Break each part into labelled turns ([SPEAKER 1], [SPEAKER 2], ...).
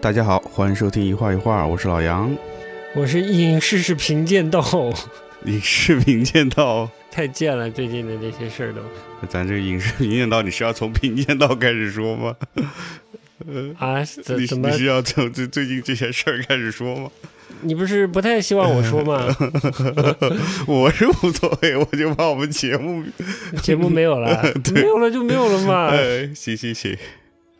[SPEAKER 1] 大家好，欢迎收听一画一画，我是老杨。
[SPEAKER 2] 我是影视是贫贱道，
[SPEAKER 1] 影视评鉴道，
[SPEAKER 2] 太贱了，最近的这些事儿都
[SPEAKER 1] 咱这个影视评鉴道，你是要从评鉴道开始说吗？
[SPEAKER 2] 啊，怎
[SPEAKER 1] 你
[SPEAKER 2] 怎么
[SPEAKER 1] 你是要从最最近这些事儿开始说吗？
[SPEAKER 2] 你不是不太希望我说 吗？
[SPEAKER 1] 我是无所谓，我就把我们节目，
[SPEAKER 2] 节目没有了，没有了就没有了 嘛。
[SPEAKER 1] 哎，行行行，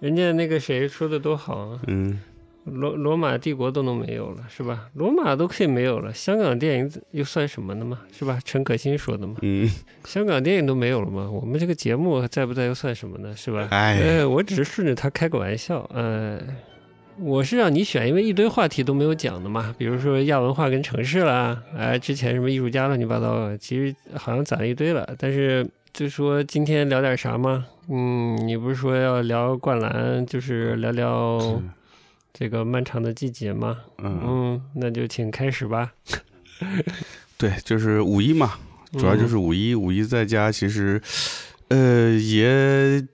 [SPEAKER 2] 人家那个谁说的多好啊，
[SPEAKER 1] 嗯，
[SPEAKER 2] 罗罗马帝国都能没有了是吧？罗马都可以没有了，香港电影又算什么呢嘛？是吧？陈可辛说的嘛，
[SPEAKER 1] 嗯，
[SPEAKER 2] 香港电影都没有了嘛，我们这个节目在不在又算什么呢？是吧？
[SPEAKER 1] 哎，
[SPEAKER 2] 呃，我只是顺着他开个玩笑，呃，我是让你选，因为一堆话题都没有讲的嘛，比如说亚文化跟城市啦，呃，之前什么艺术家乱七八糟的，其实好像攒了一堆了，但是就说今天聊点啥吗？嗯，你不是说要聊灌篮，就是聊聊这个漫长的季节吗？
[SPEAKER 1] 嗯，
[SPEAKER 2] 嗯，那就请开始吧。
[SPEAKER 1] 对，就是五一嘛，主要就是五一，五一在家其实，呃，也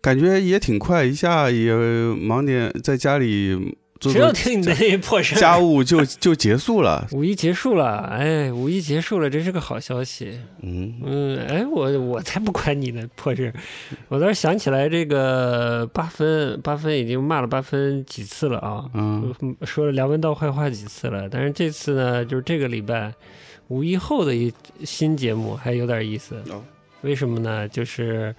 [SPEAKER 1] 感觉也挺快，一下也忙点，在家里做
[SPEAKER 2] 谁
[SPEAKER 1] 做
[SPEAKER 2] 要听你的那破事儿
[SPEAKER 1] 家务就就结束了。
[SPEAKER 2] 五一结束了，哎，五一结束了，真是个好消息。
[SPEAKER 1] 嗯，
[SPEAKER 2] 嗯，哎，我我才不管你呢，破事儿！我倒是想起来，这个八分，八分已经骂了八分几次了啊，
[SPEAKER 1] 嗯
[SPEAKER 2] 说了梁文道坏话几次了。但是这次呢，就是这个礼拜五一后的一新节目还有点意思
[SPEAKER 1] 哦，
[SPEAKER 2] 为什么呢？就是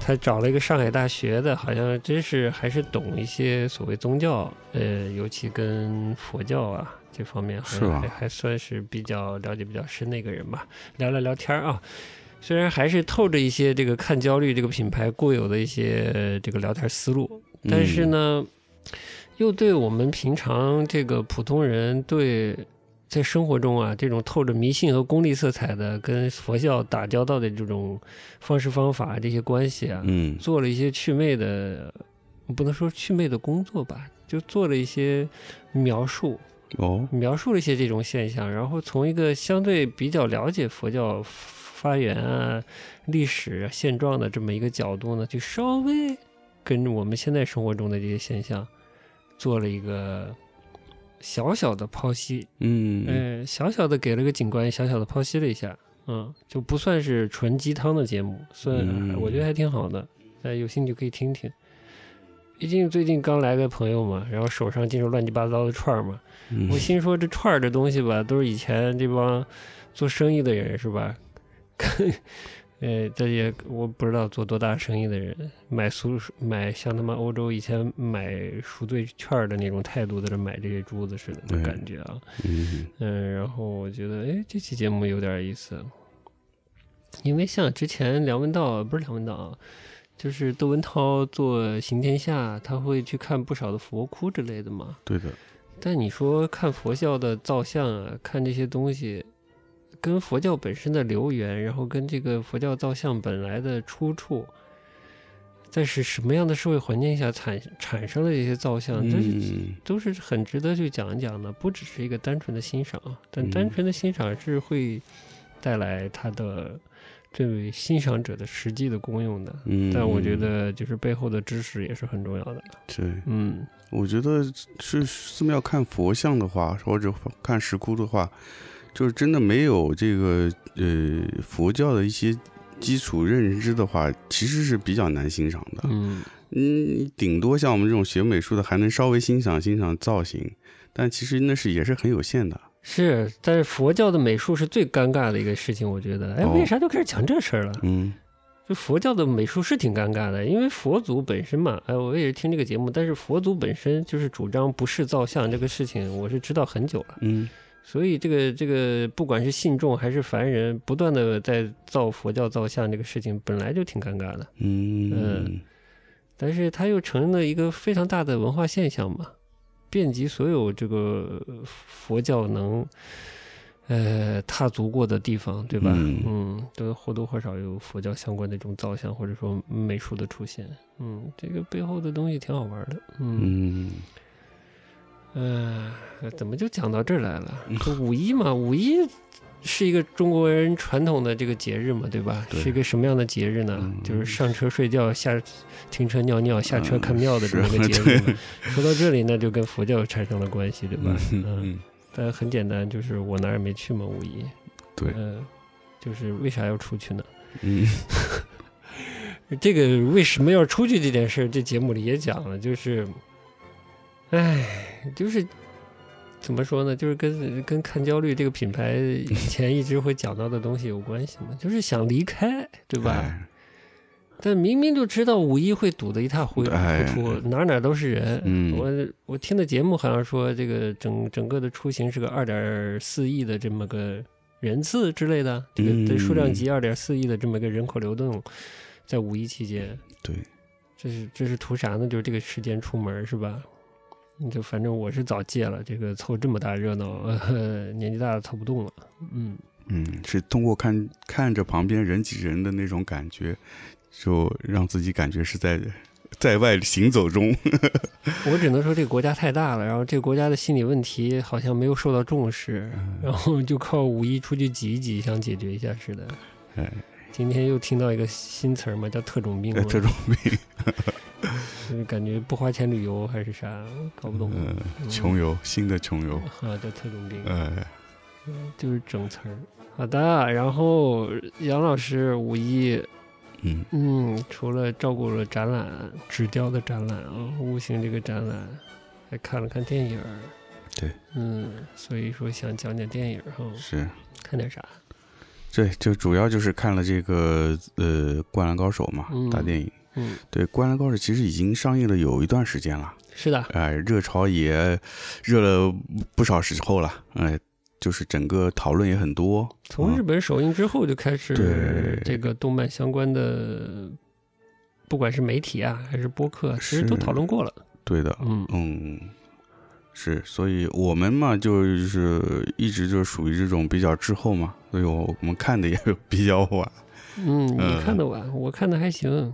[SPEAKER 2] 他找了一个上海大学的，好像真是还是懂一些所谓宗教，呃，尤其跟佛教啊这方面还，
[SPEAKER 1] 是吧
[SPEAKER 2] 还还算是比较了解比较深的一个人吧。聊了聊天儿啊，虽然还是透着一些这个看焦虑这个品牌固有的一些呃这个聊天思路，但是
[SPEAKER 1] 嗯
[SPEAKER 2] 呢，又对我们平常这个普通人对在生活中啊这种透着迷信和功利色彩的跟佛教打交道的这种方式方法这些关系啊，
[SPEAKER 1] 嗯
[SPEAKER 2] 做了一些祛魅的，不能说祛魅的工作吧，就做了一些描述。
[SPEAKER 1] 哦，
[SPEAKER 2] 描述了一些这种现象，然后从一个相对比较了解佛教发源啊、历史啊现状的这么一个角度呢，去稍微跟我们现在生活中的这些现象做了一个小小的剖析，
[SPEAKER 1] 嗯
[SPEAKER 2] 嗯、小小的给了个景观，小小的剖析了一下，嗯，就不算是纯鸡汤的节目，算、
[SPEAKER 1] 嗯
[SPEAKER 2] 我觉得还挺好的，呃，有兴趣可以听听。毕竟最近刚来个朋友嘛，然后手上尽是乱七八糟的串儿嘛，
[SPEAKER 1] 嗯
[SPEAKER 2] 我心说这串儿这东西吧，都是以前这帮做生意的人是吧？跟呃，这也我不知道做多大生意的人买赎买像他妈欧洲以前买赎罪券儿的那种态度在这买这些珠子似的
[SPEAKER 1] 对
[SPEAKER 2] 那感觉啊。
[SPEAKER 1] 嗯
[SPEAKER 2] 嗯，然后我觉得哎，这期节目有点意思，因为像之前梁文道不是梁文道啊，就是窦文涛做行天下，他会去看不少的佛窟之类的嘛。
[SPEAKER 1] 对的，
[SPEAKER 2] 但你说看佛教的造像啊，看这些东西，跟佛教本身的流源，然后跟这个佛教造像本来的出处，在是什么样的社会环境下产产生了这些造像，这是
[SPEAKER 1] 嗯
[SPEAKER 2] 都是很值得去讲一讲的，不只是一个单纯的欣赏啊，但
[SPEAKER 1] 嗯
[SPEAKER 2] 单纯的欣赏是会带来它的对于欣赏者的实际的功用的。
[SPEAKER 1] 嗯，
[SPEAKER 2] 但我觉得就是背后的知识也是很重要的。
[SPEAKER 1] 对，
[SPEAKER 2] 嗯，
[SPEAKER 1] 我觉得去寺庙看佛像的话，或者看石窟的话，就是真的没有这个呃佛教的一些基础认知的话，其实是比较难欣赏的。
[SPEAKER 2] 嗯，
[SPEAKER 1] 嗯，顶多像我们这种学美术的，还能稍微欣赏欣赏造型，但其实那是也是很有限的。
[SPEAKER 2] 是，但是佛教的美术是最尴尬的一个事情，我觉得。哎，
[SPEAKER 1] 哦
[SPEAKER 2] 为啥就开始讲这事儿了？
[SPEAKER 1] 嗯
[SPEAKER 2] 就佛教的美术是挺尴尬的，因为佛祖本身嘛，哎，我也是听这个节目，但是佛祖本身就是主张不是造像这个事情，我是知道很久了。
[SPEAKER 1] 嗯
[SPEAKER 2] 所以这个这个，不管是信众还是凡人，不断的在造佛教造像这个事情，本来就挺尴尬的。
[SPEAKER 1] 嗯
[SPEAKER 2] 但是它又成了一个非常大的文化现象嘛，遍及所有这个呃佛教能呃踏足过的地方，对吧？
[SPEAKER 1] 嗯
[SPEAKER 2] 嗯，都或多或少有佛教相关的这种造像或者说美术的出现。嗯，这个背后的东西挺好玩的。嗯，
[SPEAKER 1] 嗯嗯
[SPEAKER 2] 呃，怎么就讲到这儿来了？这五一嘛，五一是一个中国人传统的这个节日嘛，对吧？
[SPEAKER 1] 对
[SPEAKER 2] 是一个什么样的节日呢？
[SPEAKER 1] 嗯
[SPEAKER 2] 就是上车睡觉，下停车尿尿，下车看庙的这么一个
[SPEAKER 1] 嗯
[SPEAKER 2] 节
[SPEAKER 1] 是
[SPEAKER 2] 日嘛。说到这里呢，就跟佛教产生了关系，对吧？
[SPEAKER 1] 嗯
[SPEAKER 2] 嗯，
[SPEAKER 1] 嗯，
[SPEAKER 2] 但很简单，就是我哪儿也没去嘛，五一。
[SPEAKER 1] 对
[SPEAKER 2] 嗯、就是为啥要出去呢？
[SPEAKER 1] 嗯
[SPEAKER 2] 这个为什么要出去这件事儿，这节目里也讲了，就是，哎，就是怎么说呢，就是跟跟看焦虑这个品牌以前一直会讲到的东西有关系嘛，就是想离开，对吧？
[SPEAKER 1] 哎
[SPEAKER 2] 但明明就知道五一会堵得一塌糊涂，
[SPEAKER 1] 哎
[SPEAKER 2] 哪哪都是人。
[SPEAKER 1] 嗯
[SPEAKER 2] 我我听的节目好像说，这个整整个的出行是个二点四亿的这么个人次之类的，这个
[SPEAKER 1] 嗯
[SPEAKER 2] 这数量级二点四亿的这么个人口流动，在五一期间，
[SPEAKER 1] 对，
[SPEAKER 2] 这是这是图啥呢？就是这个时间出门是吧？你就反正我是早戒了，这个凑这么大热闹， 呃、年纪大了凑不动了。嗯，
[SPEAKER 1] 嗯，是通过看看着旁边人挤人的那种感觉，就让自己感觉是在在外行走中。
[SPEAKER 2] 我只能说这个国家太大了，然后这个国家的心理问题好像没有受到重视，
[SPEAKER 1] 嗯
[SPEAKER 2] 然后就靠五一出去挤一挤，想解决一下似的。
[SPEAKER 1] 哎，
[SPEAKER 2] 今天又听到一个新词儿嘛，叫 特种兵嘛
[SPEAKER 1] 呃，特种兵，
[SPEAKER 2] 就是感觉不花钱旅游还是啥，搞不懂。嗯
[SPEAKER 1] 呃，穷游，新的穷游，
[SPEAKER 2] 啊，叫特种兵，嗯
[SPEAKER 1] 呃，
[SPEAKER 2] 就是整词儿。好的，然后杨老师五一，
[SPEAKER 1] 嗯，
[SPEAKER 2] 嗯，除了照顾了展览纸雕的展览啊，物形这个展览，还看了看电影儿。
[SPEAKER 1] 对，
[SPEAKER 2] 嗯，所以说想讲讲电影儿哈，
[SPEAKER 1] 是。
[SPEAKER 2] 看点啥？
[SPEAKER 1] 对，就主要就是看了这个呃《灌篮高手》嘛，
[SPEAKER 2] 嗯
[SPEAKER 1] 大电影。
[SPEAKER 2] 嗯，
[SPEAKER 1] 对，《灌篮高手》其实已经上映了有一段时间了，
[SPEAKER 2] 是的，
[SPEAKER 1] 哎、热潮也热了不少时候了，哎、就是整个讨论也很多。
[SPEAKER 2] 从
[SPEAKER 1] 嗯
[SPEAKER 2] 日本首映之后就开始
[SPEAKER 1] 对
[SPEAKER 2] 这个动漫相关的，不管是媒体啊还是播客啊，其实
[SPEAKER 1] 是
[SPEAKER 2] 都讨论过了。
[SPEAKER 1] 对的，
[SPEAKER 2] 嗯
[SPEAKER 1] 嗯，是，所以我们嘛，就是一直就属于这种比较滞后嘛，所以我们看的也 比较晚，
[SPEAKER 2] 嗯，你
[SPEAKER 1] 嗯
[SPEAKER 2] 看的晚，我看的还行，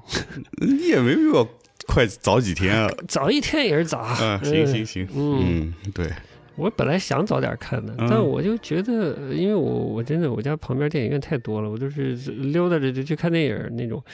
[SPEAKER 1] 你也没比我快早几天啊。
[SPEAKER 2] 早一天也是早。
[SPEAKER 1] 啊，行行行，
[SPEAKER 2] 嗯
[SPEAKER 1] 嗯，对，
[SPEAKER 2] 我本来想早点看的，
[SPEAKER 1] 嗯
[SPEAKER 2] 但我就觉得，呃因为我我真的我家旁边电影院太多了，我就是溜达着就去看电影那种。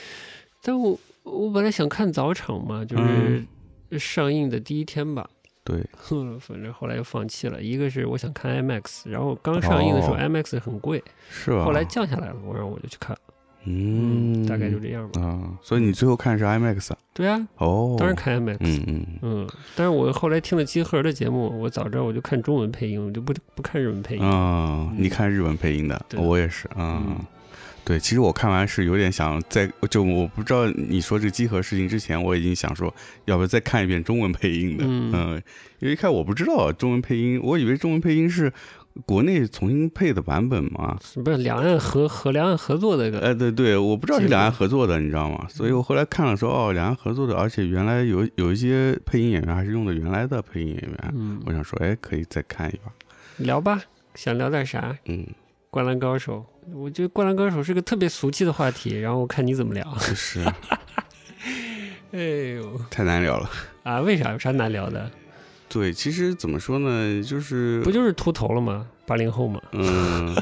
[SPEAKER 2] 但我我本来想看早场嘛，就是
[SPEAKER 1] 嗯
[SPEAKER 2] 上映的第一天吧，
[SPEAKER 1] 对，
[SPEAKER 2] 哼，反正后来又放弃了。一个是我想看 IMAX，然后刚上映的时候
[SPEAKER 1] 哦
[SPEAKER 2] IMAX 很贵，
[SPEAKER 1] 是吧？
[SPEAKER 2] 后来降下来了，我让我就去看了。
[SPEAKER 1] 嗯，
[SPEAKER 2] 大概就这样吧。
[SPEAKER 1] 啊，所以你最后看是 IMAX 啊
[SPEAKER 2] 对啊，
[SPEAKER 1] 哦，
[SPEAKER 2] 当然看 IMAX。
[SPEAKER 1] 嗯嗯，
[SPEAKER 2] 嗯，但是我后来听了集合的节目，我早知道我就看中文配音，我就不不看日文配音。
[SPEAKER 1] 啊
[SPEAKER 2] 嗯，
[SPEAKER 1] 你看日文配音的，
[SPEAKER 2] 对的
[SPEAKER 1] 我也是啊
[SPEAKER 2] 嗯。
[SPEAKER 1] 对，其实我看完是有点想再，就我不知道你说这个集合事情之前，我已经想说，要不要再看一遍中文配音的，
[SPEAKER 2] 嗯
[SPEAKER 1] 嗯，因为一开始我不知道中文配音，我以为中文配音是国内重新配的版本嘛，
[SPEAKER 2] 是不是两岸合和两岸合作的一个，
[SPEAKER 1] 哎，对对，我不知道
[SPEAKER 2] 这
[SPEAKER 1] 是
[SPEAKER 2] 个
[SPEAKER 1] 两岸合作的，你知道吗？所以我后来看了说，哦，两岸合作的，而且原来有有一些配音演员还是用的原来的配音演员，
[SPEAKER 2] 嗯
[SPEAKER 1] 我，想说，哎，可以再看一把。
[SPEAKER 2] 聊吧，想聊点啥？
[SPEAKER 1] 嗯，
[SPEAKER 2] 灌篮高手，我觉得灌篮高手是个特别俗气的话题，然后我看你怎么聊。
[SPEAKER 1] 就是
[SPEAKER 2] 哎呦
[SPEAKER 1] 太难聊了。
[SPEAKER 2] 啊，为啥有啥难聊的？
[SPEAKER 1] 对，其实怎么说呢，就是
[SPEAKER 2] 不就是秃头了吗？八零后嘛，
[SPEAKER 1] 嗯，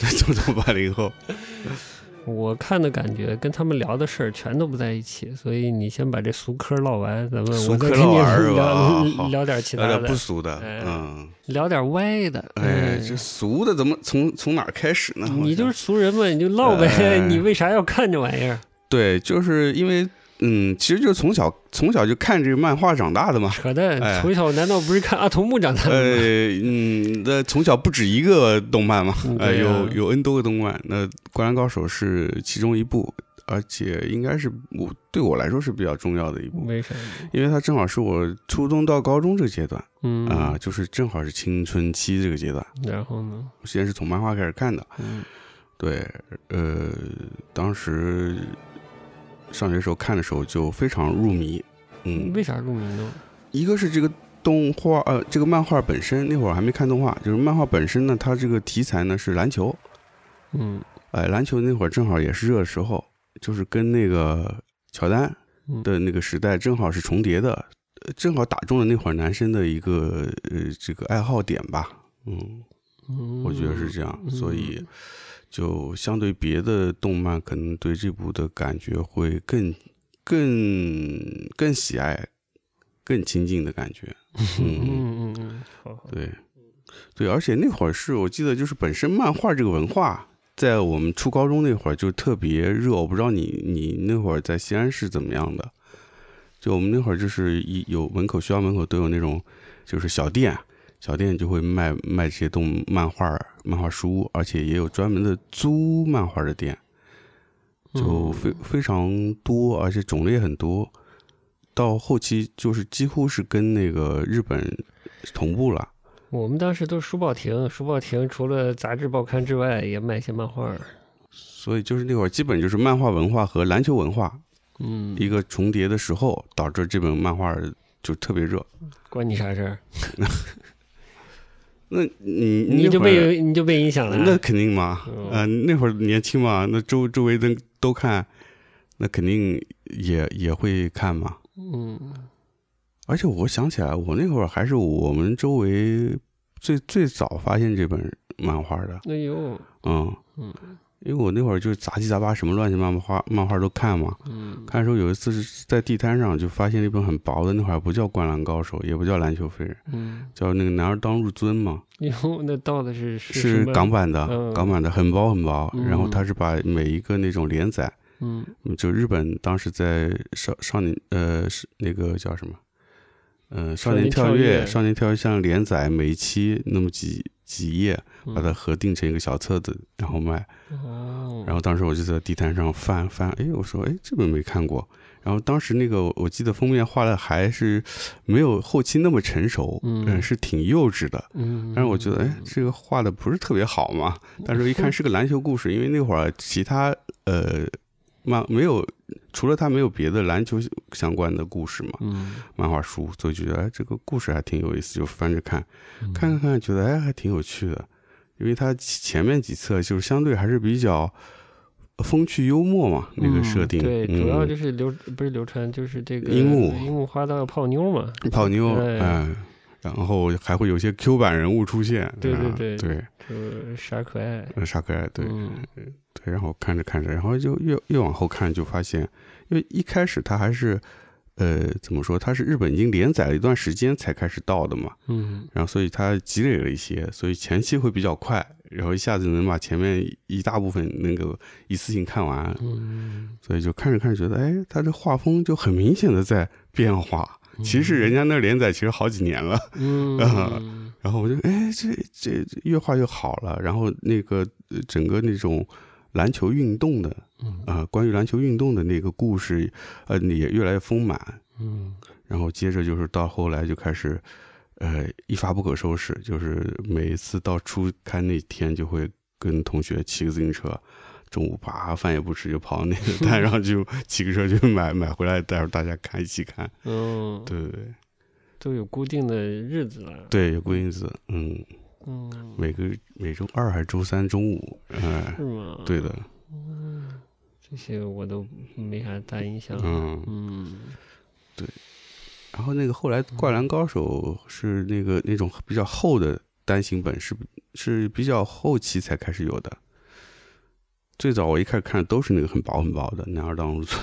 [SPEAKER 1] 对，这么多八零后，
[SPEAKER 2] 我看的感觉跟他们聊的事儿全都不在一起，所以你先把这俗嗑唠完，咱们
[SPEAKER 1] 俗
[SPEAKER 2] 我再
[SPEAKER 1] 嗑
[SPEAKER 2] 跟
[SPEAKER 1] 唠
[SPEAKER 2] 你
[SPEAKER 1] 完是吧
[SPEAKER 2] 聊
[SPEAKER 1] 啊
[SPEAKER 2] 聊
[SPEAKER 1] 好
[SPEAKER 2] 聊点其他
[SPEAKER 1] 聊点
[SPEAKER 2] 的
[SPEAKER 1] 不，俗的，
[SPEAKER 2] 哎
[SPEAKER 1] 嗯，
[SPEAKER 2] 聊点歪的。
[SPEAKER 1] 哎，
[SPEAKER 2] 嗯
[SPEAKER 1] 这俗的怎么从从哪儿开始呢？。
[SPEAKER 2] 你就是是俗人嘛，你就唠呗，
[SPEAKER 1] 哎
[SPEAKER 2] 你为啥要看这玩意儿？
[SPEAKER 1] 对，就是因为嗯，其实就是从小从小就看这个漫画长大的嘛。
[SPEAKER 2] 扯淡！
[SPEAKER 1] 哎
[SPEAKER 2] 从小难道不是看阿童木长大的吗？
[SPEAKER 1] 呃，嗯，那从小不止一个动漫嘛，
[SPEAKER 2] 嗯
[SPEAKER 1] 呃，
[SPEAKER 2] 对啊
[SPEAKER 1] 有有 N 多个动漫。那《灌篮高手》是其中一部，而且应该是我对我来说是比较重要的一部，
[SPEAKER 2] 为啥？
[SPEAKER 1] 因为它正好是我初中到高中这个阶段
[SPEAKER 2] 嗯
[SPEAKER 1] 啊、就是正好是青春期这个阶段。
[SPEAKER 2] 然后呢？
[SPEAKER 1] 我先是从漫画开始看的，
[SPEAKER 2] 嗯
[SPEAKER 1] 对，呃，当时上学时候看的时候就非常入迷，嗯，
[SPEAKER 2] 为啥入迷呢？
[SPEAKER 1] 一个是这个动画，呃，这个漫画本身，那会儿还没看动画，就是漫画本身呢，它这个题材呢是篮球，
[SPEAKER 2] 嗯
[SPEAKER 1] 哎、篮球那会儿正好也是热的时候，就是跟那个乔丹
[SPEAKER 2] 嗯
[SPEAKER 1] 的那个时代正好是重叠的，呃正好打中了那会儿男生的一个呃这个爱好点吧，嗯，我觉得是这样，所以就相对别的动漫，可能对这部的感觉会更更更喜爱、更亲近的感觉。嗯，
[SPEAKER 2] 嗯嗯嗯，好好，
[SPEAKER 1] 对，对，而且那会儿是我记得，就是本身漫画这个文化，在我们初高中那会儿就特别热。我不知道你你那会儿在西安是怎么样的？就我们那会儿就是一有门口学校门口都有那种就是小店，小店就会卖卖这些动漫画儿、漫画书，而且也有专门的租漫画的店，就非非常多，而且种类很多。到后期就是几乎是跟那个日本同步了。
[SPEAKER 2] 我们当时都是书报亭，书报亭除了杂志报刊之外，也卖一些漫画儿。
[SPEAKER 1] 所以就是那会儿，基本就是漫画文化和篮球文化
[SPEAKER 2] 嗯，
[SPEAKER 1] 一个重叠的时候，导致这本漫画就特别热。
[SPEAKER 2] 关你啥事儿？
[SPEAKER 1] 那你
[SPEAKER 2] 你
[SPEAKER 1] 那
[SPEAKER 2] 就
[SPEAKER 1] 会儿
[SPEAKER 2] 被你就被影响了。啊
[SPEAKER 1] 那肯定嘛，
[SPEAKER 2] 嗯
[SPEAKER 1] 呃，那会儿年轻嘛，那周周围的都看，那肯定也也会看嘛。
[SPEAKER 2] 嗯
[SPEAKER 1] 而且我想起来，我那会儿还是我们周围最最早发现这本漫画的，
[SPEAKER 2] 哎呦，
[SPEAKER 1] 嗯
[SPEAKER 2] 嗯，
[SPEAKER 1] 因为我那会儿就是杂七杂八什么乱七八漫画漫画都看嘛，
[SPEAKER 2] 嗯
[SPEAKER 1] 看的时候有一次是在地摊上就发现了一本很薄的，那会儿不叫《灌篮高手》，也不叫《篮球飞人》，
[SPEAKER 2] 嗯，
[SPEAKER 1] 叫那个《男儿当入樽》嘛，
[SPEAKER 2] 哎呦，那到的是
[SPEAKER 1] 是
[SPEAKER 2] 什么
[SPEAKER 1] 港版的，
[SPEAKER 2] 嗯
[SPEAKER 1] 港版的很薄很薄。
[SPEAKER 2] 嗯
[SPEAKER 1] 然后它是把每一个那种连载，
[SPEAKER 2] 嗯
[SPEAKER 1] 就日本当时在少少年呃是那个叫什么，呃少年
[SPEAKER 2] 少年
[SPEAKER 1] 跳
[SPEAKER 2] 跳
[SPEAKER 1] 跃
[SPEAKER 2] 跃
[SPEAKER 1] 少年跳跃像连载，每一期那么几几页，
[SPEAKER 2] 嗯
[SPEAKER 1] 把它合订成一个小册子，然后卖。
[SPEAKER 2] 哦，
[SPEAKER 1] 然后当时我就在地摊上翻翻，哎，我说，哎，这本没看过。然后当时那个我我记得封面画的还是没有后期那么成熟，
[SPEAKER 2] 嗯
[SPEAKER 1] 是挺幼稚的。
[SPEAKER 2] 嗯，
[SPEAKER 1] 但是我觉得，哎，这个画的不是特别好嘛。但是一看是个篮球故事，因为那会儿其他呃，漫没有，除了它没有别的篮球相关的故事嘛，
[SPEAKER 2] 嗯，
[SPEAKER 1] 漫画书，所以觉得哎，这个故事还挺有意思，就翻着看，
[SPEAKER 2] 嗯
[SPEAKER 1] 看看看，觉得哎还挺有趣的，因为它前面几册就是相对还是比较风趣幽默嘛，那个设定，
[SPEAKER 2] 对，主要
[SPEAKER 1] 嗯
[SPEAKER 2] 就是流不是流传，就是这个
[SPEAKER 1] 樱木
[SPEAKER 2] 樱木花道泡妞嘛。
[SPEAKER 1] 泡妞，
[SPEAKER 2] 对
[SPEAKER 1] 嗯，然后还会有一些 Q 版人物出现，
[SPEAKER 2] 对对
[SPEAKER 1] 啊
[SPEAKER 2] 对
[SPEAKER 1] 对，
[SPEAKER 2] 就是傻可爱。
[SPEAKER 1] 呃傻可爱，对，
[SPEAKER 2] 嗯
[SPEAKER 1] 对，然后看着看着，然后就越越往后看，就发现，因为一开始它还是，呃，怎么说，它是日本已经连载了一段时间才开始到的嘛，
[SPEAKER 2] 嗯
[SPEAKER 1] 然后所以它积累了一些，所以前期会比较快，然后一下子能把前面一大部分那个一次性看完，
[SPEAKER 2] 嗯，
[SPEAKER 1] 所以就看着看着觉得，哎，它这画风就很明显的在变化。其实人家那连载其实好几年了，
[SPEAKER 2] 嗯嗯
[SPEAKER 1] 然后我就哎，这这这越画越好了。然后那个呃整个那种篮球运动的
[SPEAKER 2] 嗯
[SPEAKER 1] 啊、关于篮球运动的那个故事，呃，也越来越丰满。
[SPEAKER 2] 嗯
[SPEAKER 1] 然后接着就是到后来就开始，呃，一发不可收拾，就是每一次到初刊那天，就会跟同学骑个自行车，中午啪饭也不吃就跑到那个摊上去骑个车去买买回来，待会儿大家看一起看。
[SPEAKER 2] 嗯，
[SPEAKER 1] 对对对，
[SPEAKER 2] 都有固定的日子了。
[SPEAKER 1] 对有规定子，嗯，
[SPEAKER 2] 嗯，
[SPEAKER 1] 每个每周二还是周三中午，呃，
[SPEAKER 2] 是吗？
[SPEAKER 1] 对的，
[SPEAKER 2] 这些我都没啥大印象。
[SPEAKER 1] 嗯。
[SPEAKER 2] 嗯
[SPEAKER 1] 然后那个后来《灌篮高手》是那个那种比较厚的单行本，是是比较后期才开始有的。最早我一开始看的都是那个很薄很薄的《男儿当入樽》，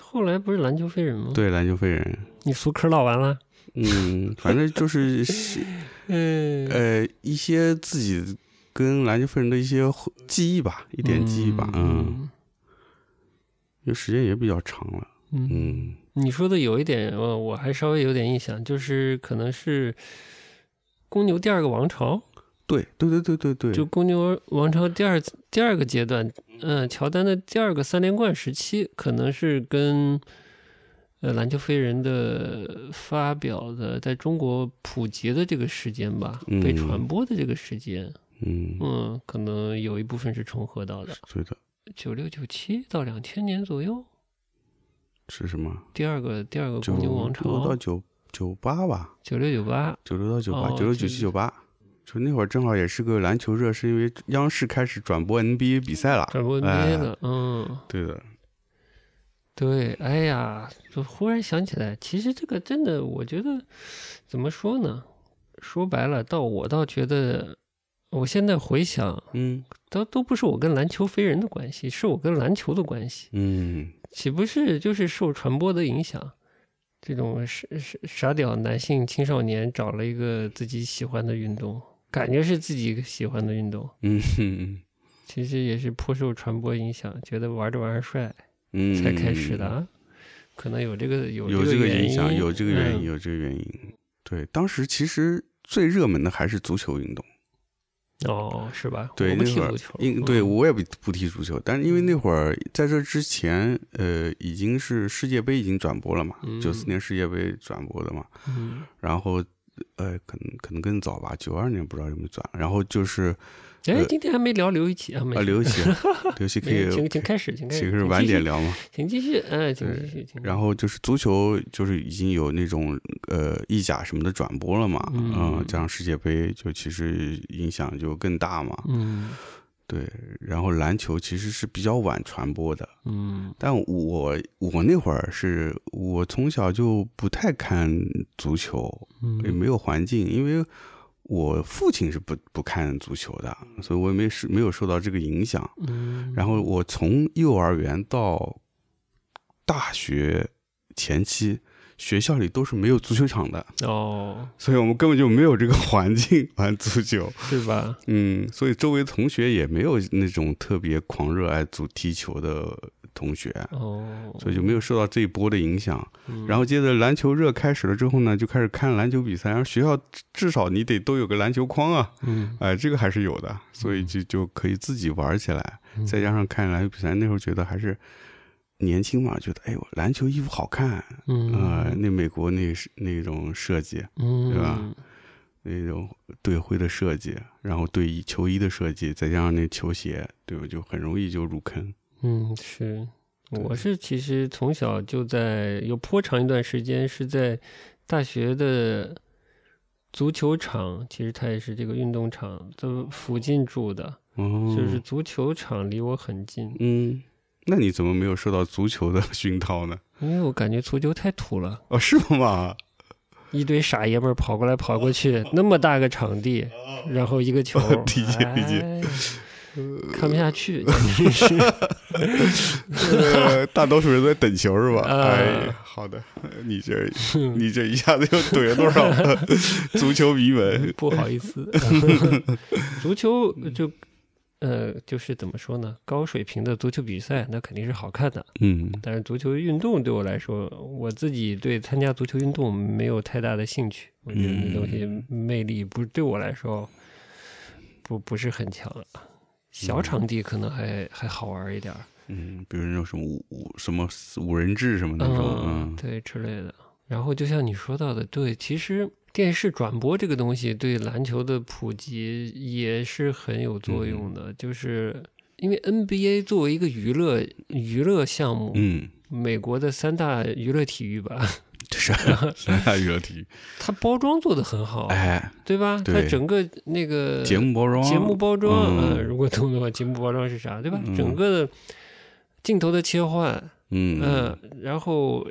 [SPEAKER 2] 后来不是篮球飞人吗？，
[SPEAKER 1] 对《篮球飞人
[SPEAKER 2] 你俗嗑唠完了。》，
[SPEAKER 1] 嗯，反正就是 是
[SPEAKER 2] 嗯
[SPEAKER 1] 呃一些自己跟《篮球飞人》的一些回记忆吧，一
[SPEAKER 2] 一
[SPEAKER 1] 点记忆吧，嗯，因为时间也比较长了，
[SPEAKER 2] 嗯。
[SPEAKER 1] 嗯
[SPEAKER 2] 你说的有一点，我我还稍微有点印象，就是可能是公牛第二个王朝，
[SPEAKER 1] 对对对对对对，
[SPEAKER 2] 就公牛王朝第二第二个阶段，嗯、乔丹的第二个三连冠时期，可能是跟呃篮球飞人的发表的在中国普及的这个时间吧，
[SPEAKER 1] 嗯
[SPEAKER 2] 被传播的这个时间，
[SPEAKER 1] 嗯，
[SPEAKER 2] 嗯，可能有一部分是重合到的，
[SPEAKER 1] 对的，
[SPEAKER 2] 九六九七到两千年左右，
[SPEAKER 1] 是什么？
[SPEAKER 2] 第二个第二个
[SPEAKER 1] 九
[SPEAKER 2] 公牛王
[SPEAKER 1] 六到哎
[SPEAKER 2] 朝，
[SPEAKER 1] 九九八吧，
[SPEAKER 2] 九六九八，
[SPEAKER 1] 九六到九八、
[SPEAKER 2] 哦
[SPEAKER 1] 九六九七
[SPEAKER 2] 这
[SPEAKER 1] 九八，就那会儿正好也是个篮球热，是因为央视开始转播 NBA 比赛了。
[SPEAKER 2] 转播 NBA
[SPEAKER 1] 哎
[SPEAKER 2] 的，嗯，
[SPEAKER 1] 对的，
[SPEAKER 2] 对，哎呀，就忽然想起来，其实这个真的，我觉得怎么说呢？说白了，到我倒觉得，我现在回想，
[SPEAKER 1] 嗯
[SPEAKER 2] 都都不是我跟篮球飞人的关系，是我跟篮球的关系，
[SPEAKER 1] 嗯
[SPEAKER 2] 岂不是就是受传播的影响？这种傻傻傻屌男性青少年找了一个自己喜欢的运动，感觉是自己喜欢的运动，
[SPEAKER 1] 嗯嗯
[SPEAKER 2] 其实也是颇受传播影响，觉得玩这玩意儿帅
[SPEAKER 1] 嗯，
[SPEAKER 2] 才开始的啊，可能有这个有
[SPEAKER 1] 有
[SPEAKER 2] 这
[SPEAKER 1] 这个影响，
[SPEAKER 2] 原
[SPEAKER 1] 有这个原因，
[SPEAKER 2] 嗯
[SPEAKER 1] 有这个原因。对，当时其实最热门的还是足球运动。
[SPEAKER 2] 哦，是吧？
[SPEAKER 1] 对，
[SPEAKER 2] 我不
[SPEAKER 1] 那
[SPEAKER 2] 踢
[SPEAKER 1] 会儿
[SPEAKER 2] 足球，
[SPEAKER 1] 因
[SPEAKER 2] 嗯
[SPEAKER 1] 对我也不不踢足球，但是因为那会儿在这之前，呃，已经是世界杯已经转播了嘛，九四
[SPEAKER 2] 嗯
[SPEAKER 1] 年世界杯转播的嘛，
[SPEAKER 2] 嗯，
[SPEAKER 1] 然后呃，可能可能更早吧，九二年不知道有没有转，然后就是
[SPEAKER 2] 哎
[SPEAKER 1] 呃，
[SPEAKER 2] 今天还没聊刘一奇啊，没
[SPEAKER 1] 啊，
[SPEAKER 2] 事
[SPEAKER 1] 刘琦啊，刘琦可
[SPEAKER 2] 没
[SPEAKER 1] 以
[SPEAKER 2] 事请请开始，请开
[SPEAKER 1] 其
[SPEAKER 2] 始，
[SPEAKER 1] 实
[SPEAKER 2] 请
[SPEAKER 1] 晚
[SPEAKER 2] 继
[SPEAKER 1] 点
[SPEAKER 2] 续，
[SPEAKER 1] 聊嘛，
[SPEAKER 2] 请继续，哎，请继续，请
[SPEAKER 1] 然后就是足球，就是已经有那种呃意甲什么的转播了嘛，
[SPEAKER 2] 嗯
[SPEAKER 1] 嗯，加上世界杯，就其实影响就更大嘛。
[SPEAKER 2] 嗯
[SPEAKER 1] 对，然后篮球其实是比较晚传播的，
[SPEAKER 2] 嗯
[SPEAKER 1] 但我我那会儿是我从小就不太看足球，
[SPEAKER 2] 嗯，
[SPEAKER 1] 也没有环境，因为我父亲是不不看足球的，所以我也没是没有受到这个影响。
[SPEAKER 2] 嗯，
[SPEAKER 1] 然后我从幼儿园到大学前期，学校里都是没有足球场的，
[SPEAKER 2] 哦，
[SPEAKER 1] 所以我们根本就没有这个 环境玩足球。
[SPEAKER 2] 是吧？
[SPEAKER 1] 嗯，所以周围同学也没有那种特别狂热爱足踢球的同学，
[SPEAKER 2] 哦，
[SPEAKER 1] 所以就没有受到这一波的影响。
[SPEAKER 2] 嗯
[SPEAKER 1] 然后接着篮球热开始了之后呢，就开始看篮球比赛，然后学校至少你得都有个篮球框 啊，
[SPEAKER 2] 嗯，
[SPEAKER 1] 哎，这个还是有的，所以就就可以自己玩起来。
[SPEAKER 2] 嗯
[SPEAKER 1] 再加上看篮球比赛，那时候觉得还是年轻嘛，觉得哎呦，篮球衣服好看，
[SPEAKER 2] 嗯
[SPEAKER 1] 呃，那美国那是那种设计，
[SPEAKER 2] 嗯，
[SPEAKER 1] 对吧？那种队徽的设计，然后对衣球衣的设计，再加上那球鞋，对吧？就很容易就入坑。
[SPEAKER 2] 嗯，是，我
[SPEAKER 1] 对
[SPEAKER 2] 是其实从小就在有颇长一段时间是在大学的足球场，其实它也是这个运动场的附近住的，
[SPEAKER 1] 哦，
[SPEAKER 2] 就是足球场离我很近，
[SPEAKER 1] 嗯，那你怎么没有受到足球的熏陶呢？
[SPEAKER 2] 因为我感觉足球太土了，
[SPEAKER 1] 哦，是 吗？，
[SPEAKER 2] 一堆傻爷们儿跑过来跑过去，那么大个场地，然后一个球
[SPEAKER 1] 理解理解
[SPEAKER 2] 哎看不下去，简直是。
[SPEAKER 1] 呃，大多数人都在等球是吧？
[SPEAKER 2] 啊
[SPEAKER 1] 哎，好的， 你这你这一下子又怼了多少 足球迷们？
[SPEAKER 2] 不好意思， 足球就呃，就是怎么说呢？高水平的足球比赛那肯定是好看的，
[SPEAKER 1] 嗯
[SPEAKER 2] 但是足球运动对我来说，我自己对参加足球运动没有太大的兴趣，我觉得那东西魅力不对我来说不不是很强。小场地可能还还好玩一点儿，
[SPEAKER 1] 嗯，比如那种什么五五什么五人制什么那种，
[SPEAKER 2] 嗯，
[SPEAKER 1] 嗯
[SPEAKER 2] 对之类的。然后就像你说到的，对，其实电视转播这个东西对篮球的普及也是很有作用
[SPEAKER 1] 嗯
[SPEAKER 2] 的，就是因为 NBA 作为一个娱乐娱乐项目，
[SPEAKER 1] 嗯，
[SPEAKER 2] 美国的三大娱乐体育吧，
[SPEAKER 1] 这是三大娱乐体育，
[SPEAKER 2] 它包装做得很好，
[SPEAKER 1] 哎，
[SPEAKER 2] 对吧？
[SPEAKER 1] 对
[SPEAKER 2] 它整个那个
[SPEAKER 1] 节目包装，
[SPEAKER 2] 节目包装，
[SPEAKER 1] 嗯
[SPEAKER 2] 呃如果懂的话，节目包装是啥，对吧？
[SPEAKER 1] 嗯
[SPEAKER 2] 整个的镜头的切换，
[SPEAKER 1] 嗯
[SPEAKER 2] 嗯，然后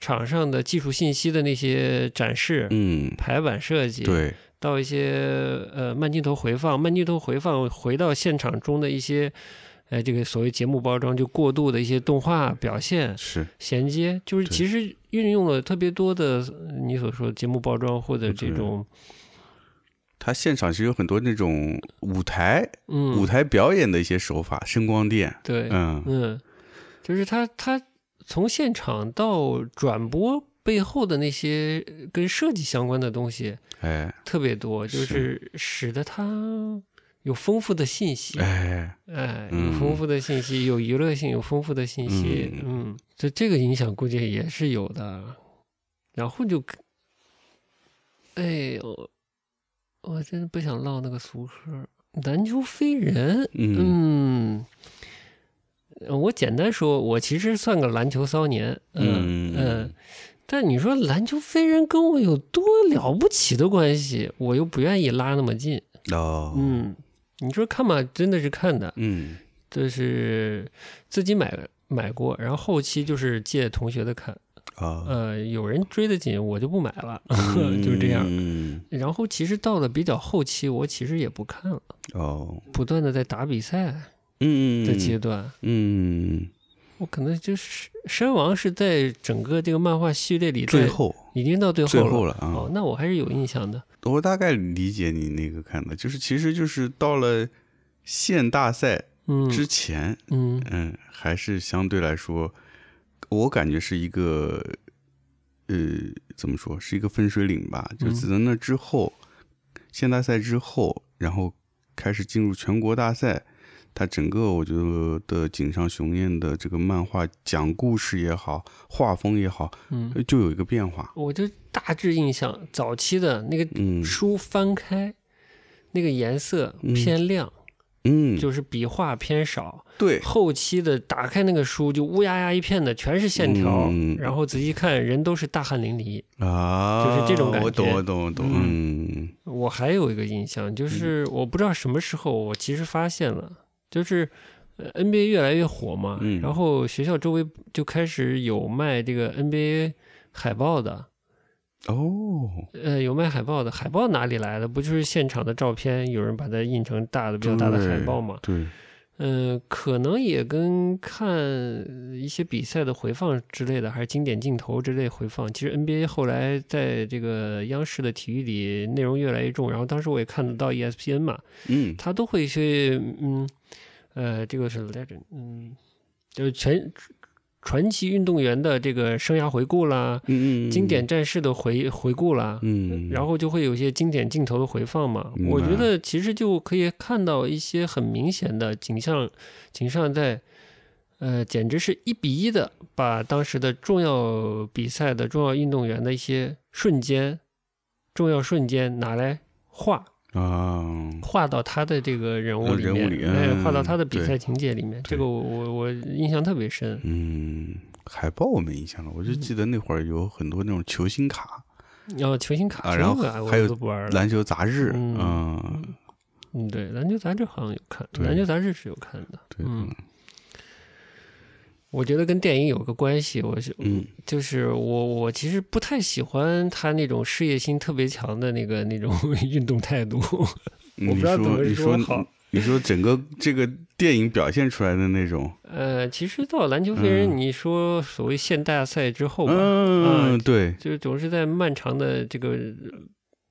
[SPEAKER 2] 场上的技术信息的那些展示、
[SPEAKER 1] 嗯，
[SPEAKER 2] 排版设计，
[SPEAKER 1] 对，
[SPEAKER 2] 到一些呃慢镜头回放，慢镜头回放回到现场中的一些，呃，这个所谓节目包装就过渡的一些动画表现
[SPEAKER 1] 是，
[SPEAKER 2] 衔接，就是
[SPEAKER 1] 对
[SPEAKER 2] 其实运用了特别多的呃你所说的节目包装或者这种
[SPEAKER 1] 他现场其实有很多那种舞台舞
[SPEAKER 2] 嗯
[SPEAKER 1] 台表演的一些手法，声光电，
[SPEAKER 2] 对
[SPEAKER 1] 嗯
[SPEAKER 2] 嗯，就是他他从现场到转播背后的那些呃跟设计相关的东西，
[SPEAKER 1] 哎
[SPEAKER 2] 特别多，就是使得它有丰富的信息，
[SPEAKER 1] 哎，
[SPEAKER 2] 哎，
[SPEAKER 1] 嗯
[SPEAKER 2] 有丰富的信息，有娱乐性，有丰富的信息，嗯，这这个影响估计也是有的。然后就，哎呦，我真的不想唠那个俗嗑，篮球飞人，
[SPEAKER 1] 嗯
[SPEAKER 2] 嗯。呃我简单说，我其实算个篮球骚年，
[SPEAKER 1] 嗯
[SPEAKER 2] 嗯嗯，但你说篮球飞人跟我有多了不起的关系，我又不愿意拉那么近。
[SPEAKER 1] 哦，
[SPEAKER 2] 嗯，你说看吧，真的是看的，
[SPEAKER 1] 嗯
[SPEAKER 2] 就是自己买买过，然后后期就是借同学的看。
[SPEAKER 1] 啊，
[SPEAKER 2] 呃，有人追得紧，我就不买了， 就是这样。
[SPEAKER 1] 嗯
[SPEAKER 2] 然后其实到了比较后期，我其实也不看了，
[SPEAKER 1] 哦，
[SPEAKER 2] 不断的在打比赛
[SPEAKER 1] 嗯
[SPEAKER 2] 的阶段，
[SPEAKER 1] 嗯，
[SPEAKER 2] 我可能就是山王是在整个这个漫画系列里
[SPEAKER 1] 最
[SPEAKER 2] 在
[SPEAKER 1] 后
[SPEAKER 2] 已经到最后
[SPEAKER 1] 最
[SPEAKER 2] 了。
[SPEAKER 1] 后了啊，
[SPEAKER 2] 哦，那我还是有印象的。
[SPEAKER 1] 我大概理解你那个看的，就是其实就是到了县大赛
[SPEAKER 2] 嗯
[SPEAKER 1] 之前，
[SPEAKER 2] 嗯
[SPEAKER 1] 嗯还是相对来说，我感觉是一个，呃，怎么说，是一个分水岭吧。就
[SPEAKER 2] 嗯
[SPEAKER 1] 自从那之后，县大赛之后，然后开始进入全国大赛，它整个我觉得井上雄彦的这个漫画讲故事也好，画风也好，
[SPEAKER 2] 嗯，
[SPEAKER 1] 呃就有一个变化。
[SPEAKER 2] 我就大致印象早期的那个
[SPEAKER 1] 嗯
[SPEAKER 2] 书翻开，那个颜色
[SPEAKER 1] 嗯
[SPEAKER 2] 偏亮，
[SPEAKER 1] 嗯，
[SPEAKER 2] 就是笔画偏少。
[SPEAKER 1] 对，
[SPEAKER 2] 后期的打开那个书就乌压压一片的，全是线条，
[SPEAKER 1] 嗯
[SPEAKER 2] 然后仔细看人都是大汗淋漓。
[SPEAKER 1] 啊，
[SPEAKER 2] 就是这种感
[SPEAKER 1] 我懂，
[SPEAKER 2] 觉
[SPEAKER 1] 我懂，我懂。嗯
[SPEAKER 2] 我还有一个印象，就是我不知道什么时候，我其实发现了，就是呃 NBA 越来越火嘛，
[SPEAKER 1] 嗯
[SPEAKER 2] 然后学校周围就开始有卖这个 NBA 海报的，
[SPEAKER 1] 哦，
[SPEAKER 2] 呃，有卖海报的，海报哪里来的？不就是现场的照片，有人把它印成大的、比较大的海报嘛？
[SPEAKER 1] 对，
[SPEAKER 2] 嗯、可能也跟看一些比赛的回放之类的，还是经典镜头之类回放。其实 NBA 后来在这个央视的体育里内容越来越重，然后当时我也看得到 E ESPN 嘛，
[SPEAKER 1] 嗯，
[SPEAKER 2] 他都会去，嗯，呃，这个是 legend，嗯，就是全传奇运动员的这个生涯回顾啦，
[SPEAKER 1] 嗯嗯，
[SPEAKER 2] 经典战士的回回顾啦，
[SPEAKER 1] 嗯，嗯，
[SPEAKER 2] 然后就会有一些经典镜头的回放嘛。
[SPEAKER 1] 明白
[SPEAKER 2] 我觉得其实就可以看到一些很明显的景象，景象在。呃，简直是一比一的把当时的重要比赛的重要运动员的一些瞬间、重要瞬间拿来画，
[SPEAKER 1] 啊，
[SPEAKER 2] 画到他的这个人物
[SPEAKER 1] 呃
[SPEAKER 2] 里
[SPEAKER 1] 人物
[SPEAKER 2] 面，
[SPEAKER 1] 里
[SPEAKER 2] 哎，
[SPEAKER 1] 嗯
[SPEAKER 2] 画到他的比
[SPEAKER 1] 对
[SPEAKER 2] 赛情节里面，这
[SPEAKER 1] 对
[SPEAKER 2] 个我我我印象特别深。
[SPEAKER 1] 嗯，海报我没印象了，我就记得那会儿有很多那种球星卡、
[SPEAKER 2] 然后哦球星卡
[SPEAKER 1] 啊
[SPEAKER 2] 这
[SPEAKER 1] 然后
[SPEAKER 2] 个哎
[SPEAKER 1] 还有
[SPEAKER 2] 我都不玩了。
[SPEAKER 1] 篮球杂志，
[SPEAKER 2] 嗯
[SPEAKER 1] 嗯，
[SPEAKER 2] 嗯，对，篮球杂志好像有看，
[SPEAKER 1] 对
[SPEAKER 2] 篮球杂志是有看的。
[SPEAKER 1] 对，
[SPEAKER 2] 嗯，我觉得跟电影有个关系，我是
[SPEAKER 1] 嗯
[SPEAKER 2] 就是我我其实不太喜欢他那种事业心特别强的那个那种 运动态度。
[SPEAKER 1] 嗯，
[SPEAKER 2] 我不
[SPEAKER 1] 你
[SPEAKER 2] 知道怎
[SPEAKER 1] 说
[SPEAKER 2] 么
[SPEAKER 1] 你
[SPEAKER 2] 说
[SPEAKER 1] 说
[SPEAKER 2] 好。
[SPEAKER 1] 你说整个这个电影表现出来的那种，
[SPEAKER 2] 呃，其实到篮球飞人，
[SPEAKER 1] 嗯
[SPEAKER 2] 你说所谓现代赛之后吧，
[SPEAKER 1] 嗯，
[SPEAKER 2] 啊
[SPEAKER 1] 对，
[SPEAKER 2] 就是总是在漫长的这个呃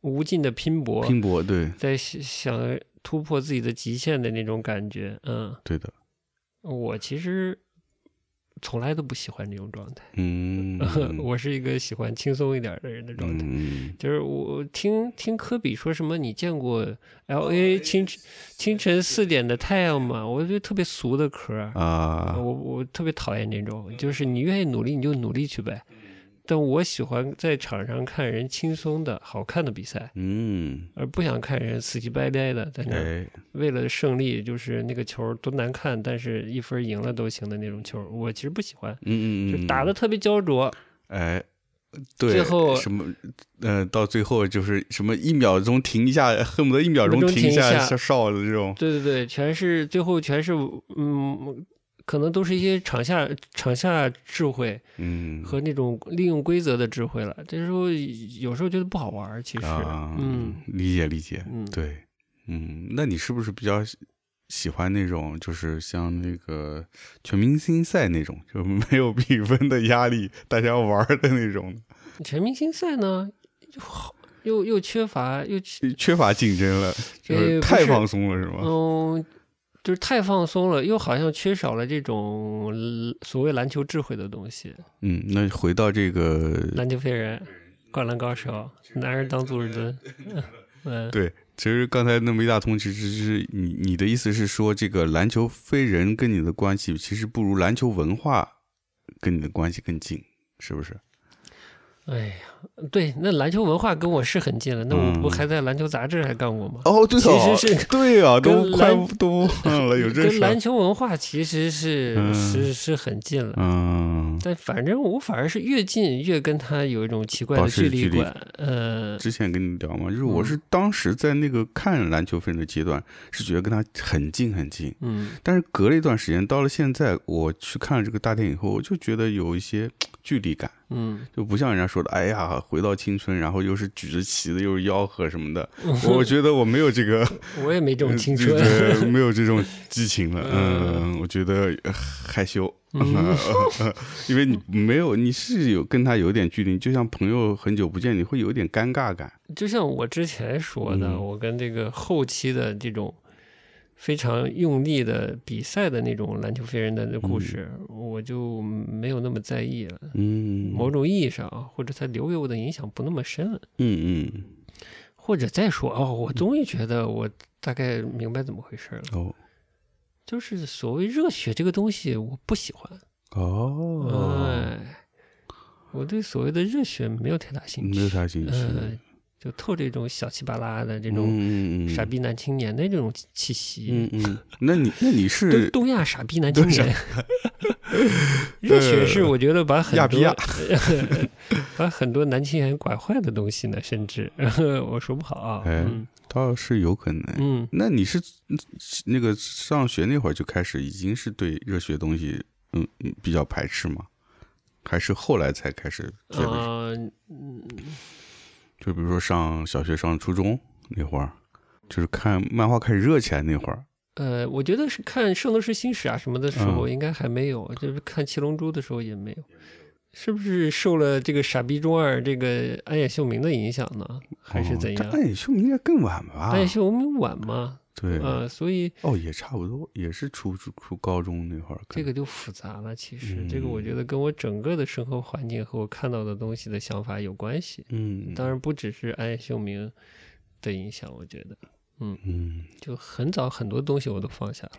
[SPEAKER 2] 无尽的拼搏，
[SPEAKER 1] 拼搏，对，
[SPEAKER 2] 在想想突破自己的极限的那种感觉。嗯，
[SPEAKER 1] 对的，
[SPEAKER 2] 我其实从来都不喜欢这种状态，
[SPEAKER 1] 嗯，
[SPEAKER 2] 我是一个喜欢轻松一点的人的状态。
[SPEAKER 1] 嗯，
[SPEAKER 2] 就是我听听科比说什么，你见过 L A 清晨清晨四点的太阳吗？我觉得特别俗的壳儿，
[SPEAKER 1] 啊，
[SPEAKER 2] 我我特别讨厌这种，就是你愿意努力你就努力去呗。但我喜欢在场上看人轻松的、好看的比赛，
[SPEAKER 1] 嗯，
[SPEAKER 2] 而不想看人死乞白赖的在那儿
[SPEAKER 1] 哎，
[SPEAKER 2] 为了胜利，就是那个球多难看，但是一分赢了都行的那种球，我其实不喜欢。
[SPEAKER 1] 嗯嗯
[SPEAKER 2] 就
[SPEAKER 1] 嗯，
[SPEAKER 2] 打的特别焦灼，
[SPEAKER 1] 哎，对，
[SPEAKER 2] 最后
[SPEAKER 1] 什么，呃，到最后就是什么一秒钟停一下，恨不得一秒钟
[SPEAKER 2] 一秒钟
[SPEAKER 1] 停
[SPEAKER 2] 停一
[SPEAKER 1] 下
[SPEAKER 2] 下
[SPEAKER 1] 哨哨的这种，
[SPEAKER 2] 对对对，全是最后全是嗯，可能都是一些场下场下智慧
[SPEAKER 1] 嗯，
[SPEAKER 2] 和那种利用规则的智慧了。这时候有时候觉得不好玩儿，其实，
[SPEAKER 1] 啊，
[SPEAKER 2] 嗯，
[SPEAKER 1] 理解理解，
[SPEAKER 2] 嗯
[SPEAKER 1] 对，嗯，那你是不是比较喜喜欢那种就是像那个全明星赛那种，就没有比分的压力，大家玩的那种，
[SPEAKER 2] 全明星赛呢又好又又缺乏又缺
[SPEAKER 1] 缺乏竞争了，就
[SPEAKER 2] 呃
[SPEAKER 1] 是
[SPEAKER 2] 不
[SPEAKER 1] 太
[SPEAKER 2] 是
[SPEAKER 1] 放松了，是吗？
[SPEAKER 2] 嗯，就是太放松了，又好像缺少了这种呃所谓篮球智慧的东西。
[SPEAKER 1] 嗯，那回到这个
[SPEAKER 2] 篮球飞人、灌篮高手、男人当做日蹲， 嗯，
[SPEAKER 1] 对，其实刚才那么一大通，其实是你你的意思是说，这个篮球飞人跟你的关系，其实不如篮球文化跟你的关系更近，是不是？
[SPEAKER 2] 哎呀，对，那篮球文化跟我是很近了，那我不
[SPEAKER 1] 嗯
[SPEAKER 2] 还在篮球杂志还干过吗？
[SPEAKER 1] 哦，对
[SPEAKER 2] 哦其实是
[SPEAKER 1] 对啊，都
[SPEAKER 2] 跟
[SPEAKER 1] 快
[SPEAKER 2] 篮
[SPEAKER 1] 都忘哦了有这
[SPEAKER 2] 跟
[SPEAKER 1] 事儿
[SPEAKER 2] 篮。球文化其实是、
[SPEAKER 1] 嗯
[SPEAKER 2] 是是很近了。
[SPEAKER 1] 嗯，
[SPEAKER 2] 但反正我反而是越近越跟他有一种奇怪
[SPEAKER 1] 保
[SPEAKER 2] 的
[SPEAKER 1] 持
[SPEAKER 2] 距离
[SPEAKER 1] 距离
[SPEAKER 2] 感，呃，
[SPEAKER 1] 之前跟你聊嘛，就是
[SPEAKER 2] 嗯
[SPEAKER 1] 我是当时在那个看篮球飞人的阶段，是觉得跟他很近很近，
[SPEAKER 2] 嗯
[SPEAKER 1] 但是隔了一段时间，到了现在，我去看了这个大电影以后，我就觉得有一些距离感，
[SPEAKER 2] 嗯，
[SPEAKER 1] 就不像人家说的，哎呀，回到青春，然后又是举着旗子，又是吆喝什么 的。我觉得我没有这个
[SPEAKER 2] 我也没这种青春，
[SPEAKER 1] 嗯对 对没有这种激情了。嗯，我觉得呃害羞，
[SPEAKER 2] 嗯
[SPEAKER 1] 因为你没有，你是有跟他有点距离，就像朋友很久不见，你会有点尴尬感。
[SPEAKER 2] 就像我之前说的，
[SPEAKER 1] 嗯
[SPEAKER 2] 我跟这个后期的这种非常用力的比赛的那种篮球飞人的那故事，我就没有那么在意了。
[SPEAKER 1] 嗯，
[SPEAKER 2] 某种意义上啊，或者它留给我的影响不那么深了。
[SPEAKER 1] 嗯嗯
[SPEAKER 2] 或者再说哦，我终于觉得我大概明白怎么回事了。
[SPEAKER 1] 哦
[SPEAKER 2] 就是所谓热血这个东西，我不喜欢。
[SPEAKER 1] 哦，
[SPEAKER 2] 哎，我对所谓的热血没有太大兴
[SPEAKER 1] 没
[SPEAKER 2] 趣。
[SPEAKER 1] 有啥兴趣。
[SPEAKER 2] 呃，就透这种小气巴拉的这种
[SPEAKER 1] 嗯嗯嗯，
[SPEAKER 2] 傻逼男青年的这种气息。
[SPEAKER 1] 嗯嗯，那你那你
[SPEAKER 2] 东
[SPEAKER 1] 是
[SPEAKER 2] 东亚傻逼男青
[SPEAKER 1] 对
[SPEAKER 2] 年， 热血是我觉得把很
[SPEAKER 1] 亚比
[SPEAKER 2] 多
[SPEAKER 1] 亚
[SPEAKER 2] 把很多男青年拐坏的东西呢，甚至 我说不好啊。
[SPEAKER 1] 哎
[SPEAKER 2] 嗯
[SPEAKER 1] 倒是有可能。
[SPEAKER 2] 嗯，
[SPEAKER 1] 那你是嗯那个上学那会儿就开始，已经是对热血东西，嗯，嗯比较排斥吗？还是后来才开始觉得？
[SPEAKER 2] 啊、
[SPEAKER 1] 就比如说上小学、上初中那会儿，就是看漫画开始热起来那会儿。
[SPEAKER 2] 呃，我觉得是看《圣斗士星矢》啊什么的时候，
[SPEAKER 1] 嗯
[SPEAKER 2] 应该还没有；就是看《七龙珠》的时候也没有。是不是受了这个傻逼中二这个安野秀明的影响呢，还是怎样
[SPEAKER 1] 哦？但暗夜秀明应该更晚吧？
[SPEAKER 2] 安野秀明晚嘛，
[SPEAKER 1] 啊对，
[SPEAKER 2] 呃，所以
[SPEAKER 1] 哦，也差不多，也是初初初高中那会儿。
[SPEAKER 2] 这个就复杂了。其实
[SPEAKER 1] 嗯
[SPEAKER 2] 这个我觉得跟我整个的生活环境和我看到的东西的想法有关系。
[SPEAKER 1] 嗯，
[SPEAKER 2] 当然不只是安野秀明的影响，我觉得
[SPEAKER 1] 嗯，
[SPEAKER 2] 就很早很多东西我都放下了。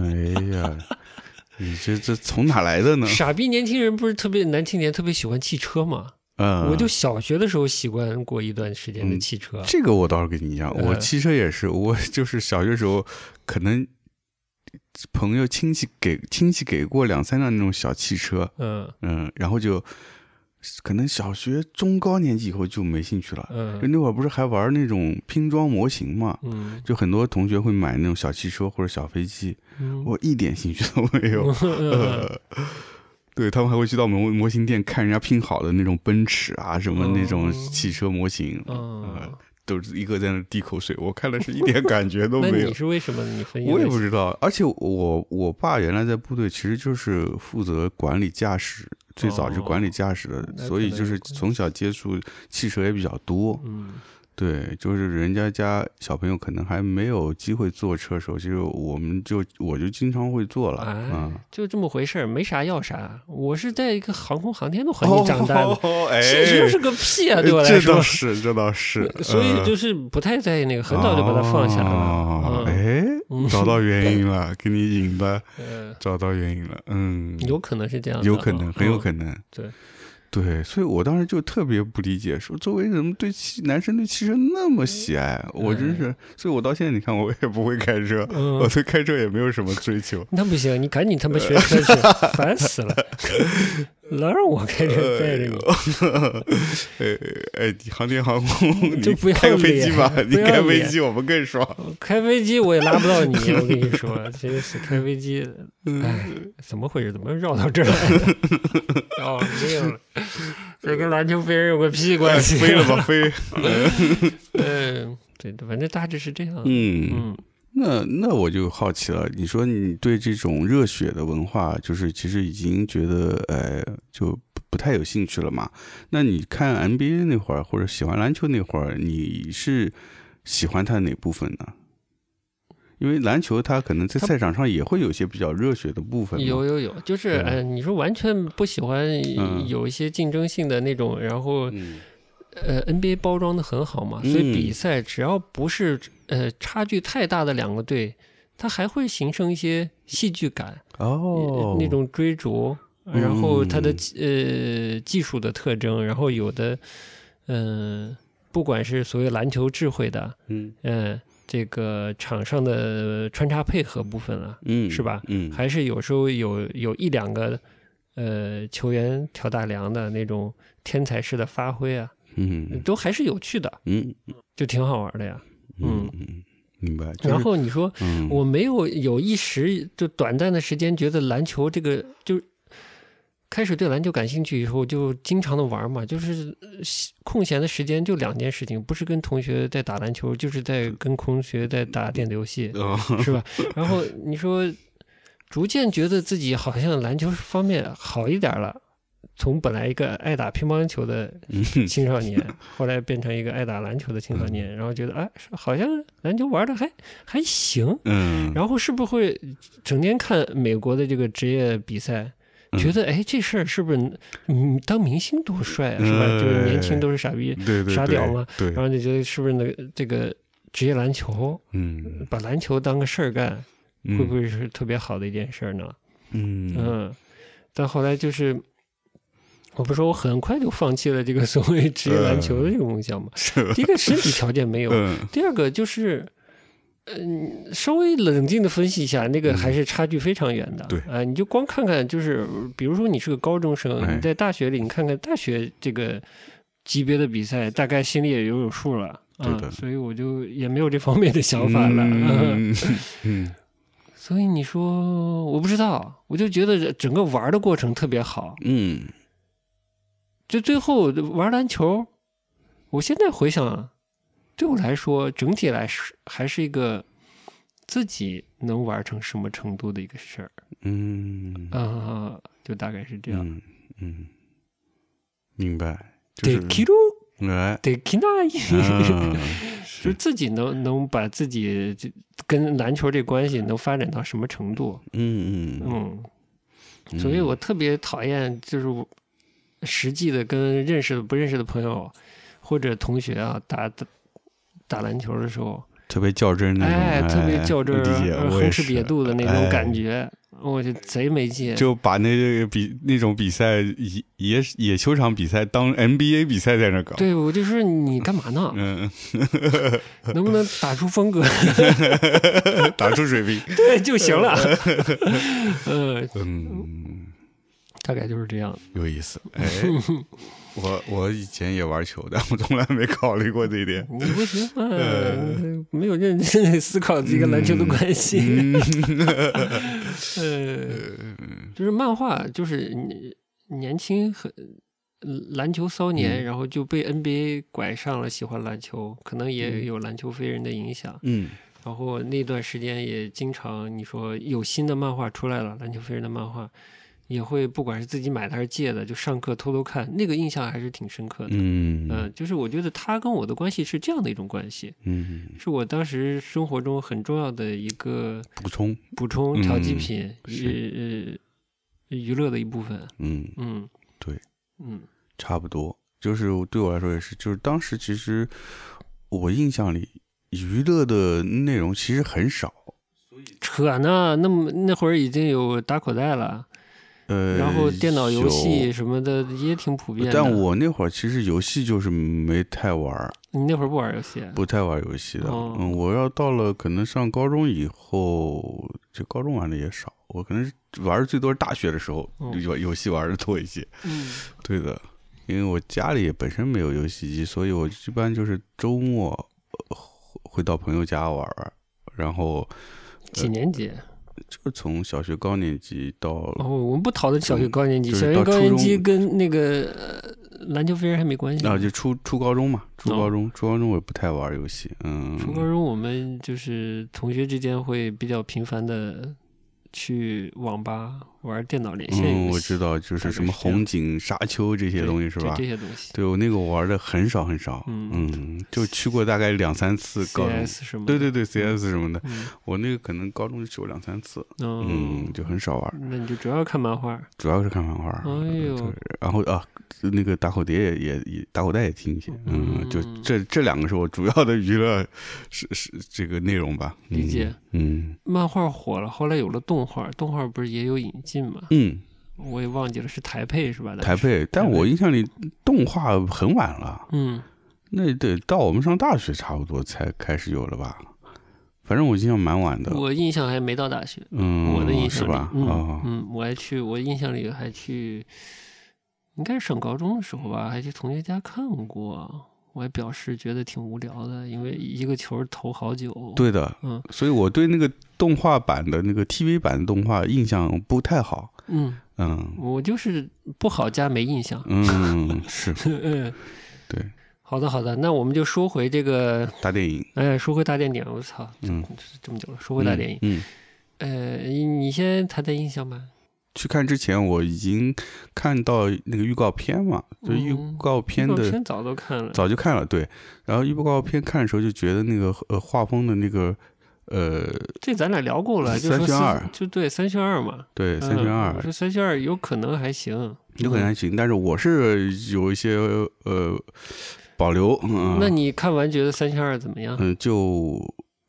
[SPEAKER 1] 哎呀， 你这这从哪来的呢？
[SPEAKER 2] 傻逼年轻人不是特别男青年特别喜欢汽车吗？
[SPEAKER 1] 嗯，
[SPEAKER 2] 我就小学的时候习惯过一段时间的汽车，
[SPEAKER 1] 这个我倒是跟你一样，我
[SPEAKER 2] 嗯
[SPEAKER 1] 汽车也是，我就是小学时候可能朋友亲戚给亲戚给过两三辆那种小汽车，
[SPEAKER 2] 嗯
[SPEAKER 1] 嗯，然后就可能小学中高年级以后就没兴趣了。就
[SPEAKER 2] 嗯
[SPEAKER 1] 那会儿不是还玩那种拼装模型嘛，
[SPEAKER 2] 嗯，
[SPEAKER 1] 就很多同学会买那种小汽车或者小飞机，
[SPEAKER 2] 嗯
[SPEAKER 1] 我一点兴趣都没 有。
[SPEAKER 2] 嗯
[SPEAKER 1] 呃，对他们还会去到模模型店看人家拼好的那种奔驰啊，什么那种
[SPEAKER 2] 哦
[SPEAKER 1] 汽车模型，呃
[SPEAKER 2] 嗯，
[SPEAKER 1] 都是一个在那滴口水，我看了是一点感觉都
[SPEAKER 2] 那
[SPEAKER 1] 没
[SPEAKER 2] 你
[SPEAKER 1] 有。
[SPEAKER 2] 是为什么你分析？
[SPEAKER 1] 我也不知道，而且我我爸原来在部队，其实就是负责管理驾驶，最早是管理驾驶的，
[SPEAKER 2] 哦那
[SPEAKER 1] 所以
[SPEAKER 2] 可能
[SPEAKER 1] 就是
[SPEAKER 2] 有关系
[SPEAKER 1] 从小接触汽车也比较多。
[SPEAKER 2] 嗯
[SPEAKER 1] 对，就是人家家小朋友可能还没有机会坐车的时候，其实我们就我就经常会坐了
[SPEAKER 2] 哎
[SPEAKER 1] 啊。
[SPEAKER 2] 就这么回事儿，没啥要啥。我是在一个航空航天的环境长大 的，
[SPEAKER 1] 哦哎，
[SPEAKER 2] 汽车是个屁啊，对我来
[SPEAKER 1] 这
[SPEAKER 2] 说
[SPEAKER 1] 倒。是，这倒是，
[SPEAKER 2] 所以
[SPEAKER 1] 嗯
[SPEAKER 2] 就是不太在意那个，很早就把它放下
[SPEAKER 1] 哦
[SPEAKER 2] 了。嗯
[SPEAKER 1] 哎，
[SPEAKER 2] 嗯
[SPEAKER 1] 找到原因 了，给你引的，
[SPEAKER 2] 呃，
[SPEAKER 1] 找到原因了，嗯，
[SPEAKER 2] 有可能是这样的啊，
[SPEAKER 1] 有可能，很有可能，
[SPEAKER 2] 对。
[SPEAKER 1] 对，所以我当时就特别不理解，说周围人怎么对汽男生对汽车那么喜爱，我真是，所以我到现在你看我也不会开车，
[SPEAKER 2] 嗯
[SPEAKER 1] 我对开车也没有什么追 求。
[SPEAKER 2] 那不行，你赶紧他妈学车去，烦死了！老让我开车带着你，
[SPEAKER 1] 哎 哎，你航天航空，
[SPEAKER 2] 就
[SPEAKER 1] 你
[SPEAKER 2] 不要
[SPEAKER 1] 开个飞机
[SPEAKER 2] 脸
[SPEAKER 1] 吧，你
[SPEAKER 2] 不要
[SPEAKER 1] 开飞
[SPEAKER 2] 脸
[SPEAKER 1] 机我们更爽。
[SPEAKER 2] 我开飞机我也拉不到你，我跟你说，真是开飞 机，哎，怎么回事？怎么绕到这儿来了？ 哦，没有了，这跟篮球飞人有个屁关系？
[SPEAKER 1] 哎飞了吧飞。
[SPEAKER 2] 嗯，对，反正大致是这样。
[SPEAKER 1] 嗯，
[SPEAKER 2] 嗯
[SPEAKER 1] 那那我就好奇了，你说你对这种热血的文化，就是其实已经觉得呃就不不太有兴趣了嘛？那你看 NBA 那会儿，或者喜欢篮球那会儿，你是喜欢它哪部分呢？因为篮球它可能在
[SPEAKER 2] 它
[SPEAKER 1] 赛场上也会有一些比较热血的部分嘛。
[SPEAKER 2] 有有有，就是
[SPEAKER 1] 对
[SPEAKER 2] 哎，你说完全不喜欢
[SPEAKER 1] 嗯
[SPEAKER 2] 有一些竞争性的那种，然后
[SPEAKER 1] 嗯
[SPEAKER 2] 呃 NBA 包装的很好嘛，所以比赛只要不是呃差距太大的两个队，它还会形成一些戏剧感，
[SPEAKER 1] 哦
[SPEAKER 2] 呃，那种追逐，然后它的
[SPEAKER 1] 嗯
[SPEAKER 2] 呃技术的特征，然后有的嗯、呃不管是所谓篮球智慧的，
[SPEAKER 1] 嗯
[SPEAKER 2] 嗯、这个场上的穿插配合部分啊，
[SPEAKER 1] 嗯
[SPEAKER 2] 是吧
[SPEAKER 1] 嗯，
[SPEAKER 2] 还是有时候有有一两个呃球员挑大梁的那种天才式的发挥啊，
[SPEAKER 1] 嗯
[SPEAKER 2] 都还是有趣的。
[SPEAKER 1] 嗯
[SPEAKER 2] 就挺好玩的呀。
[SPEAKER 1] 嗯嗯，明白。就是
[SPEAKER 2] 然后你说
[SPEAKER 1] 嗯
[SPEAKER 2] 我没有有一时就短暂的时间觉得篮球这个就开始对篮球感兴趣以后，就经常的玩嘛，就是呃空闲的时间就两件事情，不是跟同学在打篮球，就是在跟同学在打电子游戏，
[SPEAKER 1] 哦，
[SPEAKER 2] 是吧？然后你说，逐渐觉得自己好像篮球方面好一点了，从本来一个爱打乒乓球的
[SPEAKER 1] 嗯
[SPEAKER 2] 青少年，后来变成一个爱打篮球的青少年，然后觉得啊，是好像篮球玩的还还行，
[SPEAKER 1] 嗯，
[SPEAKER 2] 然后是不是会整天看美国的这个职业比赛？
[SPEAKER 1] 嗯
[SPEAKER 2] 觉得哎，这事儿是不是，嗯，当明星多帅啊，是吧？就是年轻都是傻逼，
[SPEAKER 1] 哎对对
[SPEAKER 2] 傻屌
[SPEAKER 1] 对
[SPEAKER 2] 嘛
[SPEAKER 1] 对
[SPEAKER 2] 然，后就觉得是不是那个这个职业篮球，
[SPEAKER 1] 嗯，
[SPEAKER 2] 把篮球当个事儿干，
[SPEAKER 1] 嗯
[SPEAKER 2] 会不？会是特别好的一件事儿呢？
[SPEAKER 1] 嗯
[SPEAKER 2] 嗯，但后来就是，我不是说我很快就放弃了这个所 谓职业篮球的这个梦想嘛？
[SPEAKER 1] 是
[SPEAKER 2] 第一个身体条件没有，
[SPEAKER 1] 嗯
[SPEAKER 2] 第二个就是，嗯、稍微冷静的分析一下，那个还是差距非常远的。
[SPEAKER 1] 嗯对
[SPEAKER 2] 啊、你就光看看，就是比如说你是个高中生，
[SPEAKER 1] 哎
[SPEAKER 2] 你在大学里，你看看大学这个级别的比赛，大概心里也有有数了。啊
[SPEAKER 1] 对的
[SPEAKER 2] 所以我就也没有这方面的想法了。
[SPEAKER 1] 嗯嗯
[SPEAKER 2] 所以你说我不知道，我就觉得整个玩的过程特别好。
[SPEAKER 1] 嗯，
[SPEAKER 2] 就最后玩篮球，我现在回想，对我来说，整体来说还是一个自己能玩成什么程度的一个事儿
[SPEAKER 1] 嗯
[SPEAKER 2] 啊、就大概是啊这样。
[SPEAKER 1] 嗯嗯，明白，就
[SPEAKER 2] 得
[SPEAKER 1] 是啊
[SPEAKER 2] kilo
[SPEAKER 1] 来，
[SPEAKER 2] 得 kina，
[SPEAKER 1] 嗯，，
[SPEAKER 2] 就是自己能能把自己这跟篮球这关系能发展到什么程度？
[SPEAKER 1] 嗯嗯
[SPEAKER 2] 嗯，
[SPEAKER 1] 嗯，
[SPEAKER 2] 所以我特别讨厌就是我实际的跟认识的不认识的朋友或者同学啊打打打篮球的时候，
[SPEAKER 1] 特别较真那种，
[SPEAKER 2] 哎，
[SPEAKER 1] 哎，
[SPEAKER 2] 特别较真儿
[SPEAKER 1] 理解，，
[SPEAKER 2] 呃
[SPEAKER 1] 我也
[SPEAKER 2] 横吃
[SPEAKER 1] 是哎
[SPEAKER 2] 瘪肚的那种感觉，我就贼没劲。
[SPEAKER 1] 就把那个比那种比赛野野野球场比赛当 NBA 比赛在那搞，
[SPEAKER 2] 对，我就说你干嘛 呢？
[SPEAKER 1] 嗯，
[SPEAKER 2] 能不能打出风格
[SPEAKER 1] 打出水平，
[SPEAKER 2] 对就行了？ 嗯，
[SPEAKER 1] 嗯，
[SPEAKER 2] 大概就是这样。
[SPEAKER 1] 有意 思。哎，我我以前也玩球，但我从来没考虑过这一点。
[SPEAKER 2] 你不 行啊，没有认真地思考自己跟篮球的关系。
[SPEAKER 1] 嗯，
[SPEAKER 2] 呃，就是漫画，就是你年轻很。篮球骚年，然后就被 NBA 拐上了喜欢篮球，可能也有篮球飞人的影响。
[SPEAKER 1] 嗯
[SPEAKER 2] 然后那段时间也经常，你说有新的漫画出来了，篮球飞人的漫画，也会不管是自己买的还是借的，就上课偷偷看，那个印象还是挺深刻的。
[SPEAKER 1] 嗯
[SPEAKER 2] 呃就是我觉得他跟我的关系是这样的一种关系，
[SPEAKER 1] 嗯，
[SPEAKER 2] 是我当时生活中很重要的一个
[SPEAKER 1] 补充，
[SPEAKER 2] 补充调剂品，
[SPEAKER 1] 嗯是
[SPEAKER 2] 呃呃娱乐的一部分。
[SPEAKER 1] 嗯，
[SPEAKER 2] 嗯，
[SPEAKER 1] 对，
[SPEAKER 2] 嗯
[SPEAKER 1] 差不多。就是对我来说也是，就是当时其实我印象里娱乐的内容其实很少。
[SPEAKER 2] 扯呢，那么那会儿已经有打口袋了，
[SPEAKER 1] 呃，
[SPEAKER 2] 然后电脑游戏
[SPEAKER 1] 有。
[SPEAKER 2] 什么的也挺普遍的。
[SPEAKER 1] 但我那会儿其实游戏就是没太玩儿，
[SPEAKER 2] 你那会儿不玩游戏啊？
[SPEAKER 1] 不太玩游戏的。
[SPEAKER 2] 哦
[SPEAKER 1] 嗯，我要到了可能上高中以后，这高中玩的也少，我可能是玩的最多是大学的时候，
[SPEAKER 2] 哦
[SPEAKER 1] 游、游戏玩的多一些。
[SPEAKER 2] 嗯
[SPEAKER 1] 对的，因为我家里本身没有游戏机，所以我一般就是周末呃会会到朋友家玩玩，然后，呃
[SPEAKER 2] 几年级？
[SPEAKER 1] 就从小学高年级到、
[SPEAKER 2] 哦，我们不讨论小学高年级，
[SPEAKER 1] 嗯就是
[SPEAKER 2] 小
[SPEAKER 1] 到初
[SPEAKER 2] 学高年级
[SPEAKER 1] 中
[SPEAKER 2] 跟那个呃篮球飞人还没关系。
[SPEAKER 1] 啊，就初初高中嘛，初
[SPEAKER 2] 哦
[SPEAKER 1] 高中、初高中我也不太玩游戏，嗯，
[SPEAKER 2] 初高中我们就是同学之间会比较频繁的去网吧玩电脑连线游
[SPEAKER 1] 嗯，
[SPEAKER 2] 戏，
[SPEAKER 1] 我知道，就
[SPEAKER 2] 大
[SPEAKER 1] 是
[SPEAKER 2] 概
[SPEAKER 1] 什么
[SPEAKER 2] 是这样
[SPEAKER 1] 红警、沙丘这些
[SPEAKER 2] 对
[SPEAKER 1] 东西是
[SPEAKER 2] 这
[SPEAKER 1] 吧
[SPEAKER 2] 这？些东西
[SPEAKER 1] 对我那个玩的很少很少，
[SPEAKER 2] 嗯
[SPEAKER 1] 嗯，就去过大概两三次高中，
[SPEAKER 2] ，CS 什么的？
[SPEAKER 1] 对对对，CS 什么的，
[SPEAKER 2] 嗯，
[SPEAKER 1] 我那个可能高中就去过两三次，
[SPEAKER 2] 嗯
[SPEAKER 1] 嗯，就很少玩，
[SPEAKER 2] 那你就主要看漫画。
[SPEAKER 1] 主要是看漫画。
[SPEAKER 2] 哎呦，
[SPEAKER 1] 然后啊，那个打口碟也也也打口袋也听一些，嗯，就
[SPEAKER 2] 嗯
[SPEAKER 1] 这这两个是我主要的娱乐是是这个内容吧，嗯
[SPEAKER 2] 理解，
[SPEAKER 1] 嗯
[SPEAKER 2] 漫画火了，后来有了动画，动画不是也有引进嘛？
[SPEAKER 1] 嗯，
[SPEAKER 2] 我也忘记了是台配是吧？
[SPEAKER 1] 台配，但我印象里动画很晚了，
[SPEAKER 2] 嗯，
[SPEAKER 1] 那得到我们上大学差不多才开始有了吧，反正我印象蛮晚的，
[SPEAKER 2] 我印象还没到大学。
[SPEAKER 1] 嗯，
[SPEAKER 2] 我的印象
[SPEAKER 1] 是
[SPEAKER 2] 里，
[SPEAKER 1] 吧？
[SPEAKER 2] 嗯、
[SPEAKER 1] 哦，
[SPEAKER 2] 嗯，我还去，我印象里还去，应该是上高中的时候吧，还去同学家看过。我还表示觉得挺无聊的，因为一个球投好久。，
[SPEAKER 1] 对的，
[SPEAKER 2] 嗯
[SPEAKER 1] 所以我对那个动画版的那个 TV 版的动画印象不太好，
[SPEAKER 2] 嗯，
[SPEAKER 1] 嗯
[SPEAKER 2] 我就是不好加没印象。
[SPEAKER 1] 嗯是，
[SPEAKER 2] 嗯，
[SPEAKER 1] 对，
[SPEAKER 2] 好的好的，那我们就说回这个，
[SPEAKER 1] 大电影，
[SPEAKER 2] 哎，说回大电影，我操，
[SPEAKER 1] 嗯，
[SPEAKER 2] 这么久了，说回大电影，
[SPEAKER 1] 嗯，嗯
[SPEAKER 2] 呃，你你先谈谈印象吧。
[SPEAKER 1] 去看之前我已经看到那个预告片嘛，就预
[SPEAKER 2] 嗯
[SPEAKER 1] 告片的、
[SPEAKER 2] 片早都看了，
[SPEAKER 1] 早就看了，对。然后预告片看的时候就觉得那个呃画风的那个呃
[SPEAKER 2] 这咱俩聊过了，就
[SPEAKER 1] 三
[SPEAKER 2] 说
[SPEAKER 1] 选
[SPEAKER 2] 四
[SPEAKER 1] 二
[SPEAKER 2] 就对三选二嘛，
[SPEAKER 1] 对
[SPEAKER 2] 嗯
[SPEAKER 1] 三选二
[SPEAKER 2] 我说三选二有可能还行，嗯
[SPEAKER 1] 有可能还行，但是我是有一些呃保留。嗯、
[SPEAKER 2] 那你看完觉得三选二怎么样？
[SPEAKER 1] 嗯、就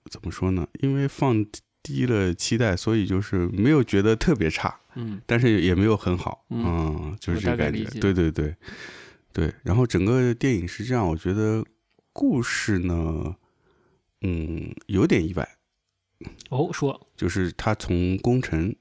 [SPEAKER 1] 怎么说呢？因为放低了期待，所以就是没有觉得特别差，
[SPEAKER 2] 嗯
[SPEAKER 1] 但是也没有很好。
[SPEAKER 2] 嗯
[SPEAKER 1] 嗯，就是这个
[SPEAKER 2] 我大概
[SPEAKER 1] 感
[SPEAKER 2] 理
[SPEAKER 1] 觉
[SPEAKER 2] 解。
[SPEAKER 1] 对对对对。然后整个电影是这样，我觉得故事呢，嗯，有点意外。
[SPEAKER 2] 哦，说，
[SPEAKER 1] 就是他从工程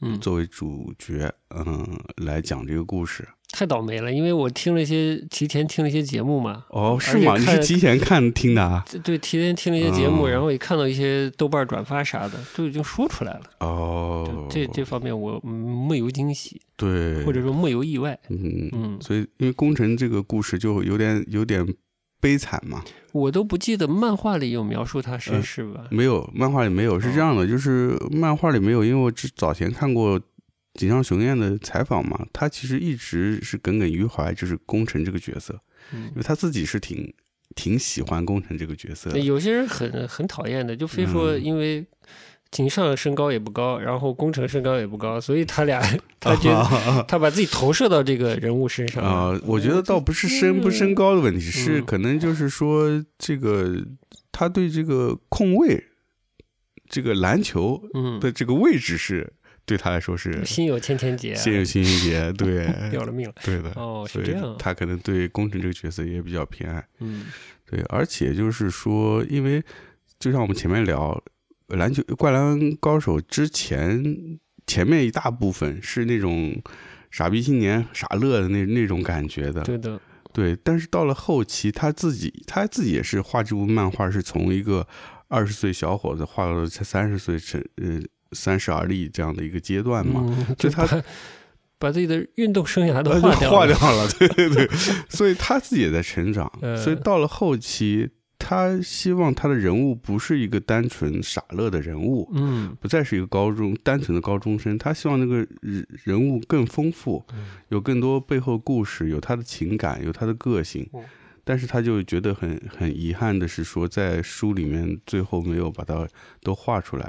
[SPEAKER 2] 嗯，
[SPEAKER 1] 作为主角，嗯，来讲这个故事。
[SPEAKER 2] 太倒霉了，因为我听了一些提前听了一些节目嘛，
[SPEAKER 1] 哦，
[SPEAKER 2] 而
[SPEAKER 1] 是
[SPEAKER 2] 且
[SPEAKER 1] 吗？你
[SPEAKER 2] 看
[SPEAKER 1] 是提前看听的啊？
[SPEAKER 2] 对，提前听了一些节目，
[SPEAKER 1] 嗯
[SPEAKER 2] 然后也看到一些豆瓣转发啥的，都已经说出来了。
[SPEAKER 1] 哦，
[SPEAKER 2] 这这方面我嗯没有惊喜，
[SPEAKER 1] 对，
[SPEAKER 2] 或者说没有意外。
[SPEAKER 1] 嗯，
[SPEAKER 2] 嗯，
[SPEAKER 1] 所以因为工程这个故事就有点有点悲惨嘛，
[SPEAKER 2] 我都不记得漫画里有描述他身世吧？
[SPEAKER 1] 没有漫画里没有是这样
[SPEAKER 2] 哦
[SPEAKER 1] 的，就是漫画里没有，因为我之早前看过。井上雄彦的采访嘛，他其实一直是耿耿于怀，就是工程这个角色，
[SPEAKER 2] 嗯
[SPEAKER 1] 因为他自己是挺挺喜欢工程这个角色的
[SPEAKER 2] 那。有些人很很讨厌的，就非说
[SPEAKER 1] 嗯
[SPEAKER 2] 因为井上身高也不高，然后宫城身高也不高，所以 他俩他觉得他把自己投射到这个人物身上
[SPEAKER 1] 啊、
[SPEAKER 2] 了。
[SPEAKER 1] 我觉得倒不是身不身高的问题，是
[SPEAKER 2] 嗯
[SPEAKER 1] 可能就是说这个他对这个控卫、这个篮球
[SPEAKER 2] 嗯，
[SPEAKER 1] 的这个位置是对他来说是
[SPEAKER 2] 心有千千结啊，
[SPEAKER 1] 心有心结， 对
[SPEAKER 2] 要了命了。
[SPEAKER 1] 对的，
[SPEAKER 2] 哦，
[SPEAKER 1] 所
[SPEAKER 2] 是这
[SPEAKER 1] 以
[SPEAKER 2] 样啊。
[SPEAKER 1] 他可能对工程这个角色也比较偏爱。
[SPEAKER 2] 嗯
[SPEAKER 1] 对，而且就是说，因为就像我们前面聊篮球《灌篮高手》之前，前面一大部分是那种傻逼青年傻乐的那那种感觉的，
[SPEAKER 2] 对的，
[SPEAKER 1] 对，但是到了后期，他自己他自己也是画这部漫画，是从一个二十岁小伙子画到才三十岁成呃三十而立这样的一个阶段嘛，
[SPEAKER 2] 嗯，
[SPEAKER 1] 就他
[SPEAKER 2] 把把自己的运动生涯都
[SPEAKER 1] 呃
[SPEAKER 2] 划
[SPEAKER 1] 就
[SPEAKER 2] 掉
[SPEAKER 1] 化掉
[SPEAKER 2] 了
[SPEAKER 1] 了，对对对，所以他自己也在成长，
[SPEAKER 2] 呃
[SPEAKER 1] 所以到了后期，他希望他的人物不是一个单纯傻乐的人物，
[SPEAKER 2] 嗯
[SPEAKER 1] 不再是一个高中单纯的高中生，他希望那个人人物更丰富，
[SPEAKER 2] 嗯
[SPEAKER 1] 有更多背后故事，有他的情感，有他的个性
[SPEAKER 2] 嗯。
[SPEAKER 1] 但是他就觉得很很遗憾的是说，在书里面最后没有把它都画出来，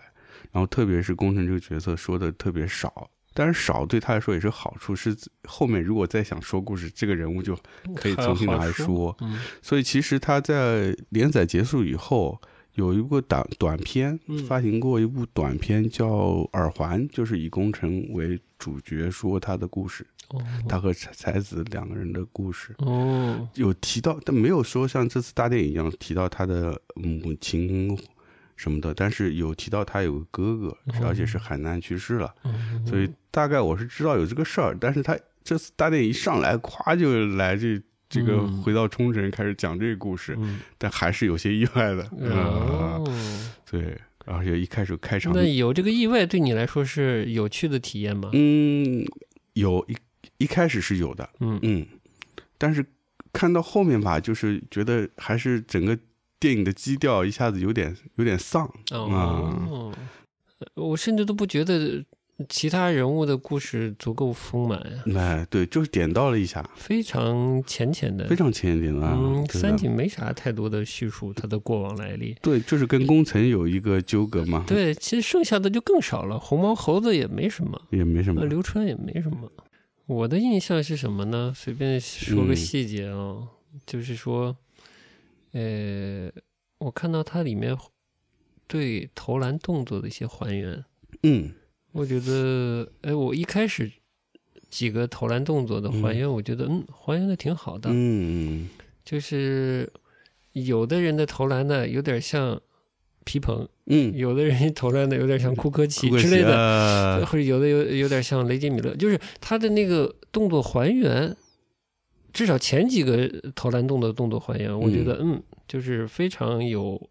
[SPEAKER 1] 然后特别是工程这个角色说的特别少，但是少对他来说也是好处，是后面如果再想说故事，这个人物就嗯可以重新拿来
[SPEAKER 2] 好
[SPEAKER 1] 说。
[SPEAKER 2] 嗯
[SPEAKER 1] 所以其实他在连载结束以后，有一部短短片
[SPEAKER 2] 嗯
[SPEAKER 1] 发行过一部短片叫《耳环》，就是以宫城为主角说他的故事，
[SPEAKER 2] 哦
[SPEAKER 1] 他和才才子两个人的故事。
[SPEAKER 2] 哦，
[SPEAKER 1] 有提到，但没有说像这次大电影一样提到他的母亲什么的，但是有提到他有个哥哥，是而且是海南去世了，
[SPEAKER 2] 嗯
[SPEAKER 1] 所以大概我是知道有这个事儿，但是他这次大电影一上来，咵就来这这个
[SPEAKER 2] 嗯
[SPEAKER 1] 回到冲绳开始讲这个故事，
[SPEAKER 2] 嗯
[SPEAKER 1] 但还是有些意外的，
[SPEAKER 2] 哦
[SPEAKER 1] 嗯，对，而且一开始开场
[SPEAKER 2] 那有这个意外对你来说是有趣的体验吗？
[SPEAKER 1] 嗯，有一一开始是有的，
[SPEAKER 2] 嗯
[SPEAKER 1] 嗯，但是看到后面吧，就是觉得还是整个电影的基调一下子有点有点丧，嗯
[SPEAKER 2] 哦，我甚至都不觉得其他人物的故事足够丰满呀，
[SPEAKER 1] 哎，对，就是点到了一下，
[SPEAKER 2] 非常浅浅的
[SPEAKER 1] 非。常浅显了，
[SPEAKER 2] 嗯，
[SPEAKER 1] 对的
[SPEAKER 2] 三井没啥太多的叙述他的过往来历。
[SPEAKER 1] 对，就是跟工程有一个纠葛嘛，，
[SPEAKER 2] 对，其实剩下的就更少了。红毛猴子也没什么，
[SPEAKER 1] 也没什么
[SPEAKER 2] 呃，，刘川也没什么。我的印象是什么呢？随便说个
[SPEAKER 1] 嗯
[SPEAKER 2] 细节啊、就是说，呃，我看到它里面对投篮动作的一些还原，
[SPEAKER 1] 嗯
[SPEAKER 2] 我觉得，哎，我一开始几个投篮动作的还原，我觉得嗯，还原的挺好的，
[SPEAKER 1] 嗯
[SPEAKER 2] 就是有的人的投篮呢有点像皮蓬，
[SPEAKER 1] 嗯，
[SPEAKER 2] 有的人投篮的有点像库科奇
[SPEAKER 1] 库克
[SPEAKER 2] 之类
[SPEAKER 1] 奇
[SPEAKER 2] 的。
[SPEAKER 1] 啊
[SPEAKER 2] 或者有的有有点像雷吉米勒，就是他的那个动作还原，至少前几个投篮动作动作还原，我觉得嗯，就是非常有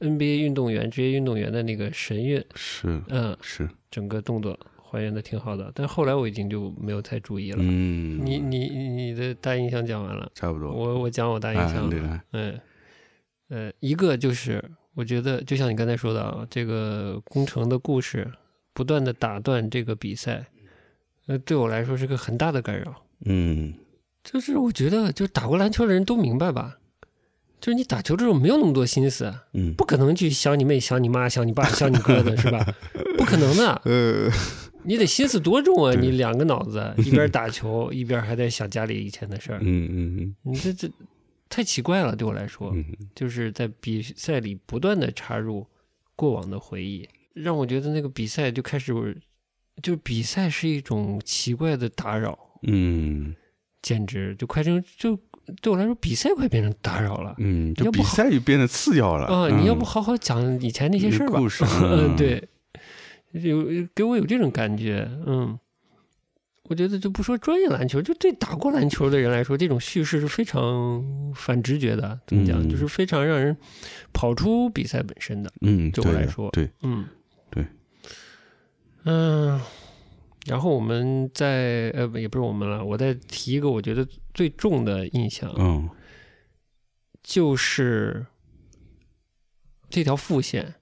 [SPEAKER 2] NBA 运动员、职业运动员的那个神韵，
[SPEAKER 1] 啊 是
[SPEAKER 2] 嗯，
[SPEAKER 1] 是，
[SPEAKER 2] 整个动作还原的挺好的，但后来我已经就没有太注意了。
[SPEAKER 1] 嗯，
[SPEAKER 2] 你你你的大印象讲完了，
[SPEAKER 1] 差不多。
[SPEAKER 2] 我我讲我大印
[SPEAKER 1] 哎
[SPEAKER 2] 象，
[SPEAKER 1] 嗯对了，
[SPEAKER 2] 嗯，呃，一个就是我觉得，就像你刚才说的啊，这个工程的故事不断的打断这个比赛，呃，对我来说是个很大的干扰。
[SPEAKER 1] 嗯
[SPEAKER 2] 就是我觉得，就打过篮球的人都明白吧，就是你打球的时候没有那么多心思，啊
[SPEAKER 1] 嗯，
[SPEAKER 2] 不可能去想你妹、想你妈、想你爸、想你哥的是吧？不可能的，
[SPEAKER 1] 呃，
[SPEAKER 2] 你得心思多重啊！
[SPEAKER 1] 对
[SPEAKER 2] 你两个脑 子，一边打球，一边还在想家里以前的事儿，
[SPEAKER 1] 嗯嗯
[SPEAKER 2] 你这这太奇怪了，对我来说。
[SPEAKER 1] 嗯嗯，
[SPEAKER 2] 就是在比赛里不断的插入过往的回忆，让我觉得那个比赛就开始，就比赛是一种奇怪的打扰，
[SPEAKER 1] 嗯
[SPEAKER 2] 简直就快成就对我来说，比赛快变成打扰了
[SPEAKER 1] 嗯，这
[SPEAKER 2] 要不
[SPEAKER 1] 比
[SPEAKER 2] 好
[SPEAKER 1] 赛就变得次要了
[SPEAKER 2] 啊！你要不好好讲以前那些事儿吧
[SPEAKER 1] 故？事
[SPEAKER 2] 嗯，，对，有给我有这种感觉，嗯。我觉得就不说专业篮球，就对打过篮球的人来说，这种叙事是非常反直觉的。怎么讲？
[SPEAKER 1] 嗯
[SPEAKER 2] 就是非常让人跑出比赛本身的。
[SPEAKER 1] 嗯，
[SPEAKER 2] 对我来
[SPEAKER 1] 的
[SPEAKER 2] 说
[SPEAKER 1] 对，
[SPEAKER 2] 嗯，
[SPEAKER 1] 对，
[SPEAKER 2] 嗯，然后我们再呃，不也不是我们了，我再提一个我觉得最重的印象，
[SPEAKER 1] 嗯
[SPEAKER 2] 就是这条副线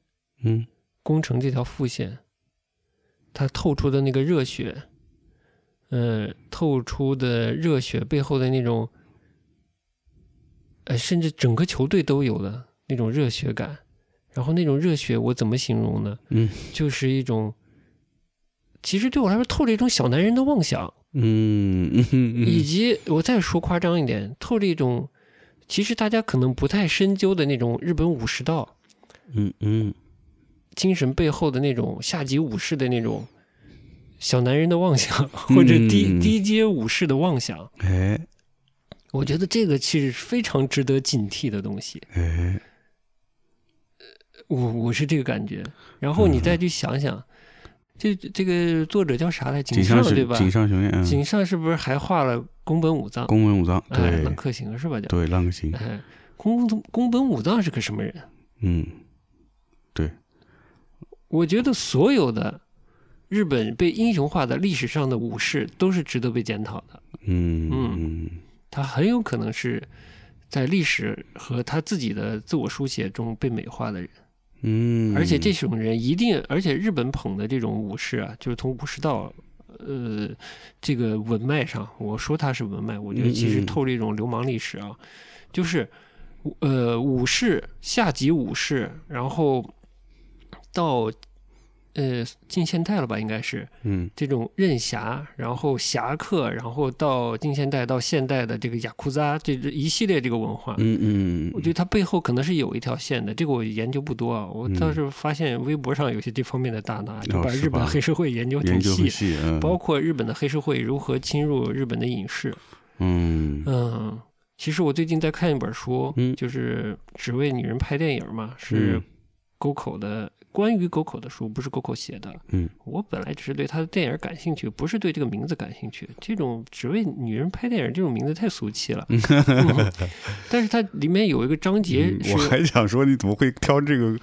[SPEAKER 1] 嗯
[SPEAKER 2] 工程这条副线，它透出的那个热血，呃，透出的热血背后的那种，呃，甚至整个球队都有的那种热血感。然后那种热血我怎么形容呢？
[SPEAKER 1] 嗯，
[SPEAKER 2] 就是一种，其实对我来说透着一种小男人的妄想，
[SPEAKER 1] 嗯嗯嗯，
[SPEAKER 2] 以及我再说夸张一点，透着一种其实大家可能不太深究的那种日本武士道
[SPEAKER 1] 嗯嗯
[SPEAKER 2] 精神背后的那种下级武士的那种小男人的 妄想，或者低、
[SPEAKER 1] 嗯
[SPEAKER 2] 低阶武士的妄想。
[SPEAKER 1] 哎
[SPEAKER 2] 我觉得这个其实非常值得警惕的东西。
[SPEAKER 1] 哎，
[SPEAKER 2] 我我是这个感觉。然
[SPEAKER 1] 嗯
[SPEAKER 2] 后你再去想想，这这个作者叫啥来？井
[SPEAKER 1] 井上
[SPEAKER 2] 对
[SPEAKER 1] 雄
[SPEAKER 2] 吧？
[SPEAKER 1] 井上雄彦，嗯
[SPEAKER 2] 井上是不是还画了宫本武藏？
[SPEAKER 1] 宫本武藏，
[SPEAKER 2] 哎，
[SPEAKER 1] 对
[SPEAKER 2] 浪客行是吧？叫
[SPEAKER 1] 对，浪客行，
[SPEAKER 2] 哎，宫宫本武藏是个什么人？
[SPEAKER 1] 嗯
[SPEAKER 2] 我觉得所有的日本被英雄化的历史上的武士都是值得被检讨的。
[SPEAKER 1] 嗯
[SPEAKER 2] 嗯
[SPEAKER 1] 嗯
[SPEAKER 2] 他很有可能是在历史和他自己的自我书写中被美化的人，
[SPEAKER 1] 嗯，
[SPEAKER 2] 而且这种人一定，而且日本捧的这种武士啊，就是从武士道。呃，这个文脉上，我说他是文脉，我觉得其实
[SPEAKER 1] 嗯嗯
[SPEAKER 2] 透着一种流氓历史啊，就是呃武士下级武士，然后到呃近现代了吧，应该是，
[SPEAKER 1] 嗯
[SPEAKER 2] 这种任侠，然后侠客，然后到近现代到现代的这个雅库扎这这一系列这个文化，
[SPEAKER 1] 嗯嗯，
[SPEAKER 2] 我觉得它背后可能是有一条线的。这个我研究不多啊，我
[SPEAKER 1] 嗯哦
[SPEAKER 2] 倒是发现微博上有些这方面的大拿，就把
[SPEAKER 1] 是
[SPEAKER 2] 日本
[SPEAKER 1] 吧
[SPEAKER 2] 黑社会研究
[SPEAKER 1] 研
[SPEAKER 2] 挺
[SPEAKER 1] 究很
[SPEAKER 2] 细，
[SPEAKER 1] 细，嗯
[SPEAKER 2] 包括日本的黑社会如何侵入日本的影视。
[SPEAKER 1] 嗯
[SPEAKER 2] 嗯，其实我最近在看一本书，
[SPEAKER 1] 嗯
[SPEAKER 2] 就是只为女人拍电影嘛，是沟口的。关于沟口的书不是沟口写的，
[SPEAKER 1] 嗯，
[SPEAKER 2] 我本来只是对他的电影感兴趣，不是对这个名字感兴趣。这种只为女人拍电影这种名字太俗气 了。嗯但是它里面有一个章节
[SPEAKER 3] 嗯
[SPEAKER 2] 是
[SPEAKER 3] 我，还想说，你怎么会挑这个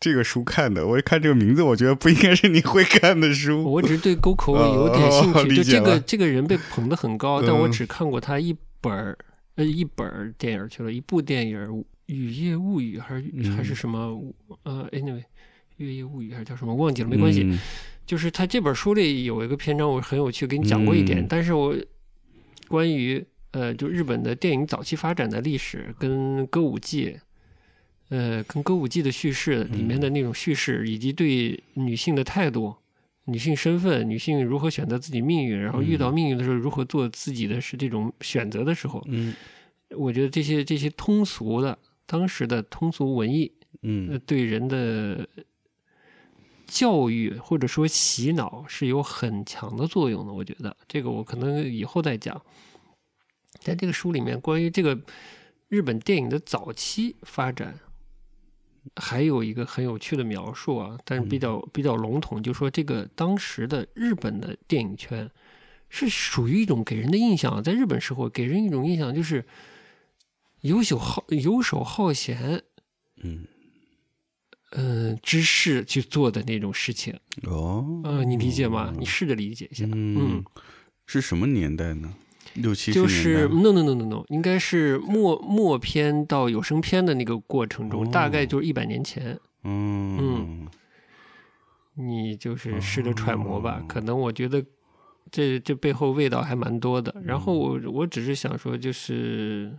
[SPEAKER 3] 这个书看的？我一看这个名字，我觉得不应该是你会看的书。
[SPEAKER 2] 我只是对沟口有点兴
[SPEAKER 3] 哦
[SPEAKER 2] 趣。就
[SPEAKER 3] 理解
[SPEAKER 2] 这
[SPEAKER 3] 了
[SPEAKER 2] 个这个人被捧得很高，
[SPEAKER 3] 嗯
[SPEAKER 2] 但我只看过他一本儿呃一本儿电影去了，一部电影《雨夜物语》还是
[SPEAKER 1] 嗯
[SPEAKER 2] 还是什么呃，anyway，《月夜物语》还是叫什么忘 记了，没关系。，就是他这本书里有一个篇章，我很有趣，给你讲过一点，
[SPEAKER 1] 嗯
[SPEAKER 2] 但是我关于呃，就日本的电影早期发展的历史跟歌舞伎，呃，跟歌舞伎的叙事里面的那种叙事，以及对女性的态度。女性身份，女性如何选择自己命运，然后遇到命运的时候如何做自己的是这种选择的时候，
[SPEAKER 1] 嗯
[SPEAKER 2] 我觉得这些这些通俗的当时的通俗文艺，呃
[SPEAKER 1] 嗯
[SPEAKER 2] 对人的教育或者说洗脑是有很强的作用的。我觉得这个我可能以后再讲。在这个书里面，关于这个日本电影的早期发展，还有一个很有趣的描述啊，但是比较比较笼统，就说这个当时的日本的电影圈是属于一种给人的印象啊，在日本社会给人一种印象就是游手好游手好闲，
[SPEAKER 1] 嗯
[SPEAKER 2] 嗯、知识去做的那种事情。
[SPEAKER 1] 哦，
[SPEAKER 2] 啊，你理解吗？你试着理解一下。
[SPEAKER 1] 嗯，是什么年代呢？六七十
[SPEAKER 2] 就
[SPEAKER 1] 年代
[SPEAKER 2] 是
[SPEAKER 1] 吗
[SPEAKER 2] no no no no no，应该是末末篇到有声篇的那个过程中，
[SPEAKER 1] 哦
[SPEAKER 2] 大概就是一百年前，
[SPEAKER 1] 嗯
[SPEAKER 2] 你就是试着揣摩吧。
[SPEAKER 1] 哦
[SPEAKER 2] 可能我觉得这这背后味道还蛮多的。然
[SPEAKER 1] 嗯
[SPEAKER 2] 后我我只是想说，就是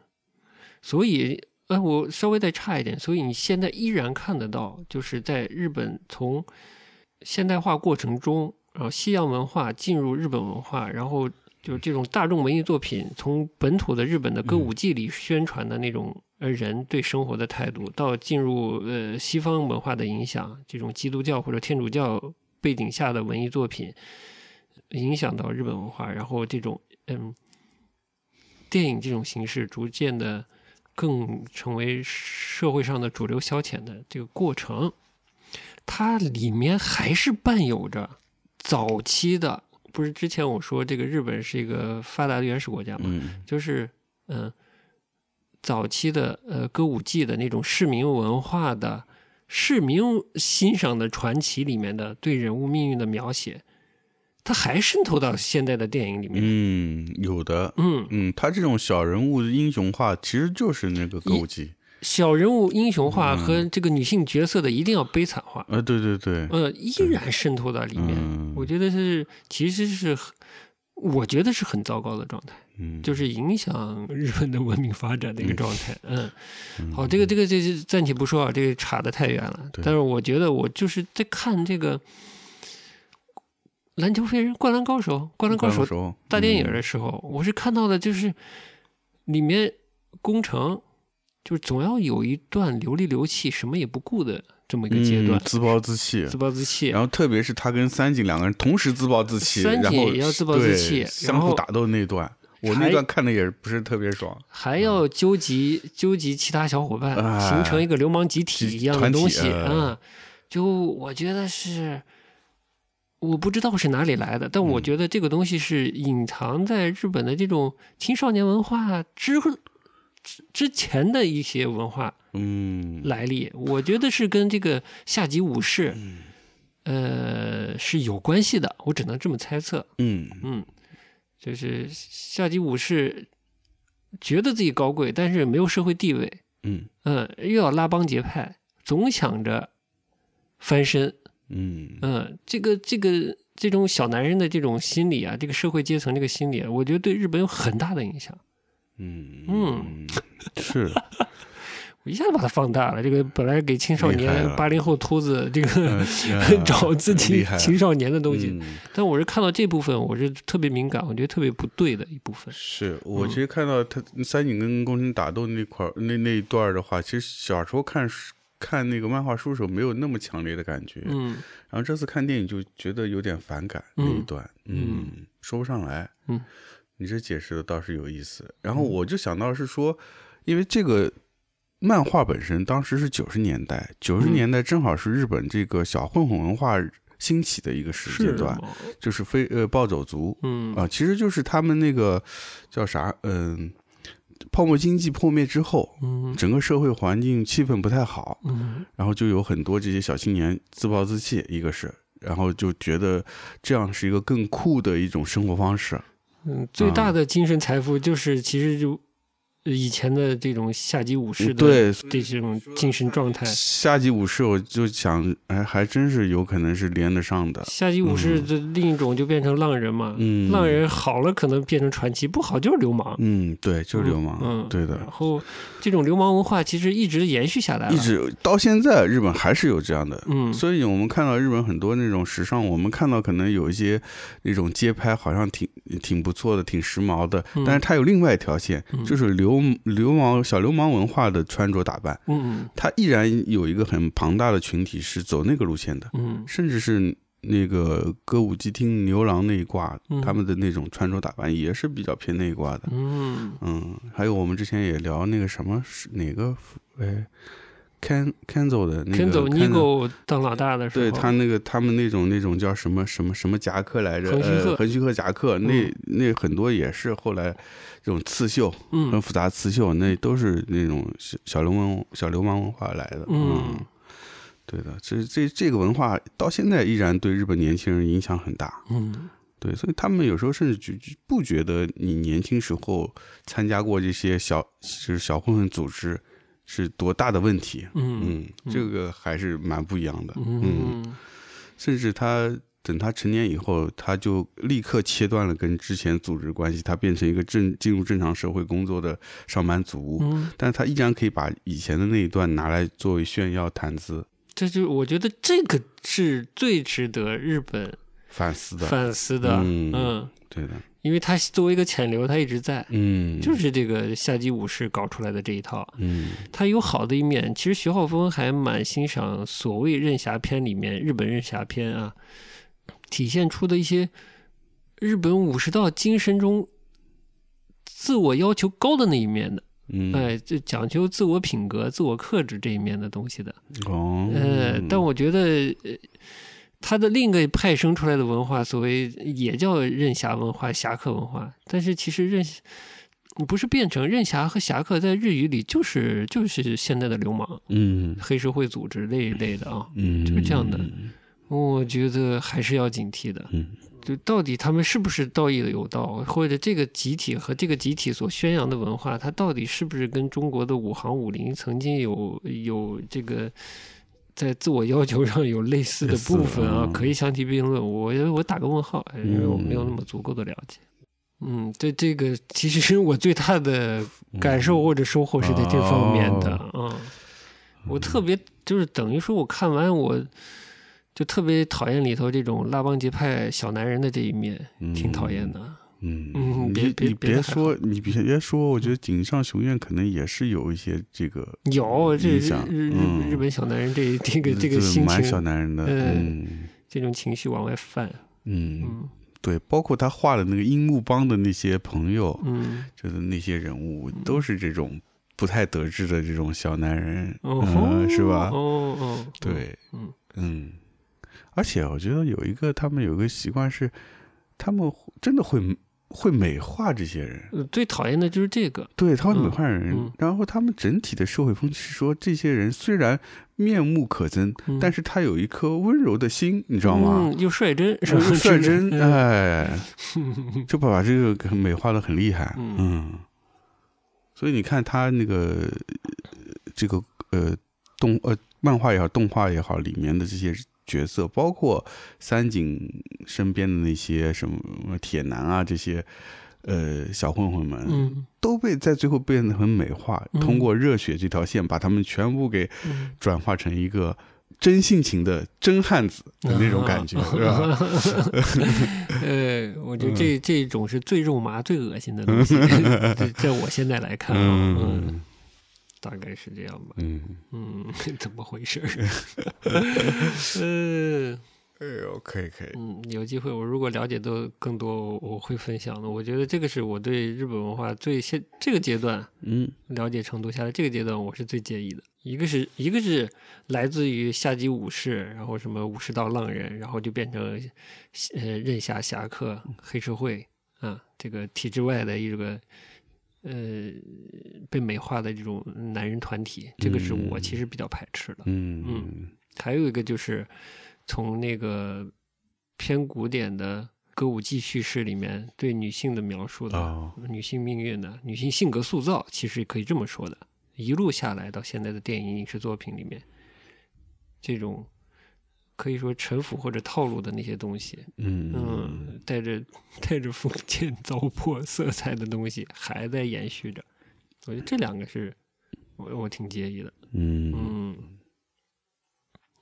[SPEAKER 2] 所以呃，我稍微再差一点，所以你现在依然看得到，就是在日本从现代化过程中，然后西洋文化进入日本文化，然后就是这种大众文艺作品从本土的日本的歌舞伎里宣传的那种呃人对生活的态度，到进入呃西方文化的影响，这种基督教或者天主教背景下的文艺作品，影响到日本文化，然后这种嗯电影这种形式逐渐的更成为社会上的主流消遣的这个过程，它里面还是伴有着早期的，不是之前我说这个日本是一个发达的原始国家嘛，
[SPEAKER 1] 嗯
[SPEAKER 2] 就是嗯、呃早期的呃歌舞伎的那种市民文化的市民欣赏的传奇里面的对人物命运的描写，它还渗透到现在的电影里面。
[SPEAKER 1] 嗯，有的。
[SPEAKER 2] 嗯，
[SPEAKER 1] 嗯，他这种小人物英雄化，其实就是那个歌舞伎。
[SPEAKER 2] 小人物英雄
[SPEAKER 1] 嗯
[SPEAKER 2] 化和这个女性角色的一定要悲惨化，
[SPEAKER 1] 呃，对对对，
[SPEAKER 2] 呃，依然渗透到里面。
[SPEAKER 1] 嗯
[SPEAKER 2] 我觉得是，其实是很，我觉得是很糟糕的状态。
[SPEAKER 1] 嗯，
[SPEAKER 2] 就是影响日本的文明发展的一个状态。嗯，好，这个这个这这暂且不说啊，这个差得太远了。
[SPEAKER 1] 对
[SPEAKER 2] 但是我觉得我就是在看这个篮球飞人、灌篮高手、灌篮高手
[SPEAKER 1] 手
[SPEAKER 2] 大电影
[SPEAKER 1] 嗯
[SPEAKER 2] 的时候，我是看到的就是里面工程就是总要有一段流里流气、什么也不顾的这么一个阶段
[SPEAKER 1] 嗯，自暴自弃。
[SPEAKER 2] 自暴自弃
[SPEAKER 1] 然。后特别是他跟三井两个人同时自暴自弃，
[SPEAKER 2] 三井
[SPEAKER 1] 然后
[SPEAKER 2] 也要自暴自弃
[SPEAKER 1] 对
[SPEAKER 2] 然后
[SPEAKER 1] 相互打斗那段，我那
[SPEAKER 2] 还
[SPEAKER 1] 段看的也不是特别爽。
[SPEAKER 2] 还要纠集、纠集其他小伙伴，
[SPEAKER 1] 哎
[SPEAKER 2] 形成一个流氓集体
[SPEAKER 1] 集
[SPEAKER 2] 一样的
[SPEAKER 1] 团体
[SPEAKER 2] 东西啊、
[SPEAKER 1] 呃
[SPEAKER 2] 嗯就我觉得是，我不知道是哪里来的，但
[SPEAKER 1] 嗯
[SPEAKER 2] 我觉得这个东西是隐藏在日本的这种青少年文化之后之之前的一些文化
[SPEAKER 1] 嗯，
[SPEAKER 2] 来历，我觉得是跟这个下级武士，呃，是有关系的。我只能这么猜测。
[SPEAKER 1] 嗯
[SPEAKER 2] 嗯，就是下级武士觉得自己高贵，但是没有社会地位，
[SPEAKER 1] 嗯
[SPEAKER 2] 嗯，又要拉帮结派，总想着翻身，
[SPEAKER 1] 嗯
[SPEAKER 2] 嗯，这个这个这种小男人的这种心理啊，这个社会阶层这个心理啊，我觉得对日本有很大的影响。
[SPEAKER 1] 嗯
[SPEAKER 2] 嗯，
[SPEAKER 1] 是，
[SPEAKER 2] 我一下子把它放大了，这个本来给青少
[SPEAKER 1] 厉害
[SPEAKER 2] 年
[SPEAKER 1] 了
[SPEAKER 2] 八零后秃子这
[SPEAKER 1] 呃
[SPEAKER 2] 个找自己
[SPEAKER 1] 厉害了
[SPEAKER 2] 青少年的东西，
[SPEAKER 1] 嗯
[SPEAKER 2] 但我是看到这部分，我是特别敏感，我觉得特别不对的一部分。
[SPEAKER 1] 是我
[SPEAKER 2] 嗯
[SPEAKER 1] 其实看到他三井跟宫城打斗那块儿那那一段儿的话，其实小时候看书看那个漫画书的时候没有那么强烈的感觉，
[SPEAKER 2] 嗯
[SPEAKER 1] 然后这次看电影就觉得有点反感那
[SPEAKER 2] 嗯
[SPEAKER 1] 一段，嗯，说不上来，
[SPEAKER 2] 嗯，
[SPEAKER 1] 你这解释的倒是有意思。然后我就想到是说，因为这个漫画本身当时是九十年代，九十
[SPEAKER 2] 嗯
[SPEAKER 1] 年代正好是日本这个小混混文化兴起的一个时间段，
[SPEAKER 2] 吗
[SPEAKER 1] 就是非呃暴走族，
[SPEAKER 2] 嗯
[SPEAKER 1] 啊，其实就是他们那个叫啥，嗯、泡沫经济破灭之后，
[SPEAKER 2] 嗯
[SPEAKER 1] 整个社会环境气氛不太好，
[SPEAKER 2] 嗯
[SPEAKER 1] 然后就有很多这些小青年自暴自弃，一个是，然后就觉得这样是一个更酷的一种生活方式，
[SPEAKER 2] 嗯，最
[SPEAKER 1] 啊
[SPEAKER 2] 大的精神财富就是其实就呃以前的这种下级武士的
[SPEAKER 1] 对。
[SPEAKER 2] 这种精神状态。
[SPEAKER 1] 下级武士，我就想，哎，还真是有可能是连得上的。
[SPEAKER 2] 下级武士的另一种就变成浪人嘛，
[SPEAKER 1] 嗯
[SPEAKER 2] 浪人好了可能变成传奇，不好就是流氓。
[SPEAKER 1] 嗯，对，就是流氓，
[SPEAKER 2] 嗯，
[SPEAKER 1] 对的
[SPEAKER 2] 然。后这种流氓文化其实一直延续下来了，
[SPEAKER 1] 一直到现在，日本还是有这样的，
[SPEAKER 2] 嗯
[SPEAKER 1] 所以我们看到日本很多那种时尚，我们看到可能有一些那种街拍，好像挺挺不错的，挺时髦的，
[SPEAKER 2] 嗯
[SPEAKER 1] 但是它有另外一条线，
[SPEAKER 2] 嗯
[SPEAKER 1] 就是流流氓小流氓文化的穿着打扮，
[SPEAKER 2] 嗯
[SPEAKER 1] 它依然有一个很庞大的群体是走那个路线的，
[SPEAKER 2] 嗯
[SPEAKER 1] 甚至是。那个歌舞伎町牛郎那一挂，
[SPEAKER 2] 嗯
[SPEAKER 1] 他们的那种穿着打扮也是比较偏那一挂的。
[SPEAKER 2] 嗯
[SPEAKER 1] 嗯，还有我们之前也聊那个什么是哪个哎，Ken Kenzo 的那个
[SPEAKER 2] ，Kenzo
[SPEAKER 1] Kenzo-
[SPEAKER 2] Nigo 当老大的时候，
[SPEAKER 1] 对他那个他们那种那种叫什么什么什么夹克来着，
[SPEAKER 2] 横须
[SPEAKER 1] 呃
[SPEAKER 2] 贺嗯
[SPEAKER 1] 横须贺夹克，那那很多也是后来这种刺绣，很
[SPEAKER 2] 嗯
[SPEAKER 1] 复杂刺绣，那都是那种小小流氓小流氓文化来的。
[SPEAKER 2] 嗯，
[SPEAKER 1] 对的，这这这个文化到现在依然对日本年轻人影响很大。
[SPEAKER 2] 嗯，
[SPEAKER 1] 对，所以他们有时候甚至就就不觉得你年轻时候参加过这些小就是小混混组织是多大的问题。
[SPEAKER 2] 嗯
[SPEAKER 1] 嗯，这个还是蛮不一样的。嗯，
[SPEAKER 2] 嗯
[SPEAKER 1] 甚至他等他成年以后，他就立刻切断了跟之前组织关系，他变成一个正进入正常社会工作的上班族。
[SPEAKER 2] 嗯，
[SPEAKER 1] 但是他依然可以把以前的那一段拿来作为炫耀谈资
[SPEAKER 2] 这就是我觉得这个是最值得日本
[SPEAKER 1] 反思的。
[SPEAKER 2] 反思的。
[SPEAKER 1] 嗯
[SPEAKER 2] 嗯，
[SPEAKER 1] 对的，
[SPEAKER 2] 因为它作为一个潜流，它一直在。
[SPEAKER 1] 嗯，
[SPEAKER 2] 就是这个夏季武士搞出来的这一套，
[SPEAKER 1] 嗯
[SPEAKER 2] 它有好的一面。其实徐浩峰还蛮欣赏所谓任侠片里面日本任侠片啊，体现出的一些日本武士道精神中自我要求高的那一面的，
[SPEAKER 1] 嗯，
[SPEAKER 2] 哎，这讲究自我品格、自我克制这一面的东西的。
[SPEAKER 1] 哦，
[SPEAKER 2] 呃，但我觉得，呃，他的另一个派生出来的文化，所谓也叫任侠文化、侠客文化，但是其实任不是变成任侠和侠客，在日语里就是就是现在的流氓、
[SPEAKER 1] 嗯
[SPEAKER 2] 黑社会组织那一类的啊，
[SPEAKER 1] 嗯，
[SPEAKER 2] 就是这样的我觉得还是要警惕的。
[SPEAKER 1] 嗯
[SPEAKER 2] 就到底他们是不是道义的有道，或者这个集体和这个集体所宣扬的文化，它到底是不是跟中国的五行五林曾经有有这个在自我要求上有类似的部分
[SPEAKER 1] 类似的
[SPEAKER 2] 啊
[SPEAKER 1] 嗯？
[SPEAKER 2] 可以相提并论。我我打个问号，哎因为我没有那么足够的了解。嗯，对这个，其实我最大的
[SPEAKER 1] 嗯
[SPEAKER 2] 感受或者收获是在这方面的啊、
[SPEAKER 1] 哦
[SPEAKER 2] 嗯我特别就是等于说，我看完我就特别讨厌里头这种拉帮结派小男人的这一面，挺讨厌。的。
[SPEAKER 1] 嗯
[SPEAKER 2] 嗯别
[SPEAKER 1] 你
[SPEAKER 2] 别
[SPEAKER 1] 你
[SPEAKER 2] 别的还嗯
[SPEAKER 1] 说，你别别说，我觉得井上雄彦可能也是有一些这个
[SPEAKER 2] 有这
[SPEAKER 1] 影
[SPEAKER 2] 日
[SPEAKER 1] 响
[SPEAKER 2] 日
[SPEAKER 1] 嗯
[SPEAKER 2] 日本小男人这这个这个
[SPEAKER 1] 就
[SPEAKER 2] 心
[SPEAKER 1] 蛮小
[SPEAKER 2] 情，
[SPEAKER 1] 男人的，
[SPEAKER 2] 呃
[SPEAKER 1] 嗯
[SPEAKER 2] 这种情绪往外泛。
[SPEAKER 1] 嗯，
[SPEAKER 2] 嗯
[SPEAKER 1] 对，包括他画的那个樱木帮的那些朋友，
[SPEAKER 2] 嗯，
[SPEAKER 1] 就是那些人物都是这种不太得志的这种小男人，
[SPEAKER 2] 哦
[SPEAKER 1] 嗯
[SPEAKER 2] 吼，
[SPEAKER 1] 是吧？
[SPEAKER 2] 哦哦，
[SPEAKER 1] 对，
[SPEAKER 2] 嗯
[SPEAKER 1] 嗯，而且我觉得有一个他们有一个习惯是，他们会真的会会美化这些人，
[SPEAKER 2] 呃，最讨厌的就是这个。
[SPEAKER 1] 对，他会美化人。
[SPEAKER 2] 嗯
[SPEAKER 1] 然后他们整体的社会风气是说，这些人虽然面目可憎，
[SPEAKER 2] 嗯
[SPEAKER 1] 但是他有一颗温柔的心，你知道吗？
[SPEAKER 2] 嗯，又率真，是吧
[SPEAKER 1] 又率真，
[SPEAKER 2] 嗯
[SPEAKER 1] 哎，就把把这个给美化的很厉害，
[SPEAKER 2] 嗯
[SPEAKER 1] 嗯。所以你看他那个呃这个呃动呃漫画也好，动画也好，里面的这些角色，包括三井身边的那些什么铁男啊这些呃小混混们，
[SPEAKER 2] 嗯
[SPEAKER 1] 都被在最后变得很美化，
[SPEAKER 2] 嗯
[SPEAKER 1] 通过热血这条线把他们全部给
[SPEAKER 2] 嗯
[SPEAKER 1] 转化成一个真性情的真汉子的那种 感觉，是嗯吧？
[SPEAKER 2] 啊呃，我觉得这这种是最肉麻、最恶心的东西，这在我现在来看啊，嗯，
[SPEAKER 1] 嗯
[SPEAKER 2] 大概是这样吧。
[SPEAKER 1] 嗯，
[SPEAKER 2] 嗯， 怎么回事儿？ 呃，
[SPEAKER 3] 哎呦，可以可以，
[SPEAKER 2] 嗯，有机会我如果了解的更多，我会分享的。我觉得这个是我对日本文化最现这个阶段
[SPEAKER 1] 嗯
[SPEAKER 2] 了解程度下来，这个阶段我是最介意的。一个是一个是来自于下级武士，然后什么武士道浪人，然后就变成呃任侠侠客、黑社会啊，这个体制外的一个呃被美化的这种男人团体，这个是我其实比较排斥的。
[SPEAKER 1] 嗯
[SPEAKER 2] 嗯还有一个就是从那个偏古典的歌舞伎叙事里面对女性的描述的、
[SPEAKER 1] 哦
[SPEAKER 2] 女性命运的、女性性格塑造，其实可以这么说的，一路下来到现在的电影影视作品里面，这种可以说陈腐或者套路的那些东西，
[SPEAKER 1] 嗯
[SPEAKER 2] 嗯，带着带着封建糟粕色彩的东西还在延续着，我觉得这两个是我我挺介意的。
[SPEAKER 1] 嗯
[SPEAKER 2] 嗯，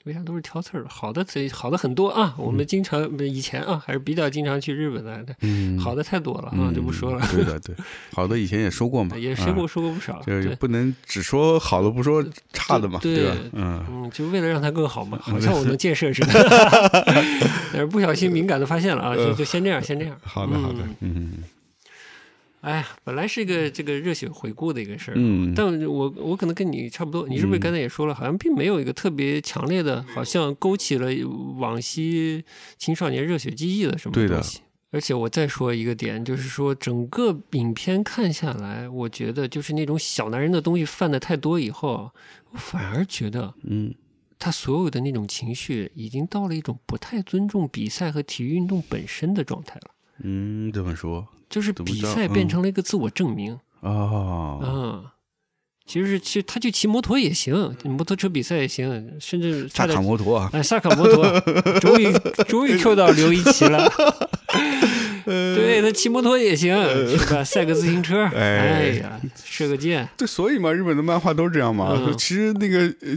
[SPEAKER 2] 为啥都是挑刺儿的？好的词，好的很多啊。我们经常不是以前啊，还是比较经常去日本的，
[SPEAKER 1] 嗯，
[SPEAKER 2] 好
[SPEAKER 1] 的
[SPEAKER 2] 的太多了啊，就不说了。
[SPEAKER 1] 对的，对，好的以前也说过嘛，
[SPEAKER 2] 也谁
[SPEAKER 1] 啊
[SPEAKER 2] 跟我说过不少，
[SPEAKER 1] 就是
[SPEAKER 2] 对，
[SPEAKER 1] 不能只说好的不说差的嘛，
[SPEAKER 2] 对
[SPEAKER 1] 吧？嗯
[SPEAKER 2] 嗯，就为了让它更 好嘛，好像我能建设似的，但是不小心敏感的发现了啊，
[SPEAKER 1] 嗯
[SPEAKER 2] 就就先这样，先这样。
[SPEAKER 1] 好的好的
[SPEAKER 2] 嗯
[SPEAKER 1] 嗯
[SPEAKER 2] 哎呀，本来是一个这个热血回顾的一个事儿，
[SPEAKER 1] 嗯，
[SPEAKER 2] 但我我可能跟你差不多，你是不是
[SPEAKER 1] 嗯
[SPEAKER 2] 刚才也说了，好像并没有一个特别强烈的，好像勾起了往昔青少年热血记忆的什么
[SPEAKER 1] 对的
[SPEAKER 2] 东西？而且我再说一个点，就是说整个影片看下来，我觉得就是那种小男人的东西犯的太多以后，我反而觉得
[SPEAKER 1] 嗯
[SPEAKER 2] 他所有的那种情绪，已经到了一种不太尊重比赛和体育运动本身的状态了。
[SPEAKER 1] 嗯，这么说
[SPEAKER 2] 就是
[SPEAKER 1] 怎么
[SPEAKER 2] 比
[SPEAKER 1] 着
[SPEAKER 2] 赛变
[SPEAKER 1] 嗯
[SPEAKER 2] 成了一个自我证明啊、
[SPEAKER 1] 哦，
[SPEAKER 2] 其实是其实他去骑摩托也行，摩托车比赛也行，甚至差
[SPEAKER 3] 萨
[SPEAKER 2] 点
[SPEAKER 3] 卡摩托啊，
[SPEAKER 2] 哎，萨卡摩托，终于终于 Q 到刘一奇 了。对，那骑摩托也行，是吧？赛个自行车，
[SPEAKER 3] 嗯 哎
[SPEAKER 2] 哎呀，射个箭，
[SPEAKER 3] 对，所以嘛，日本的漫画都这样嘛。
[SPEAKER 2] 嗯
[SPEAKER 3] 其实那个呃，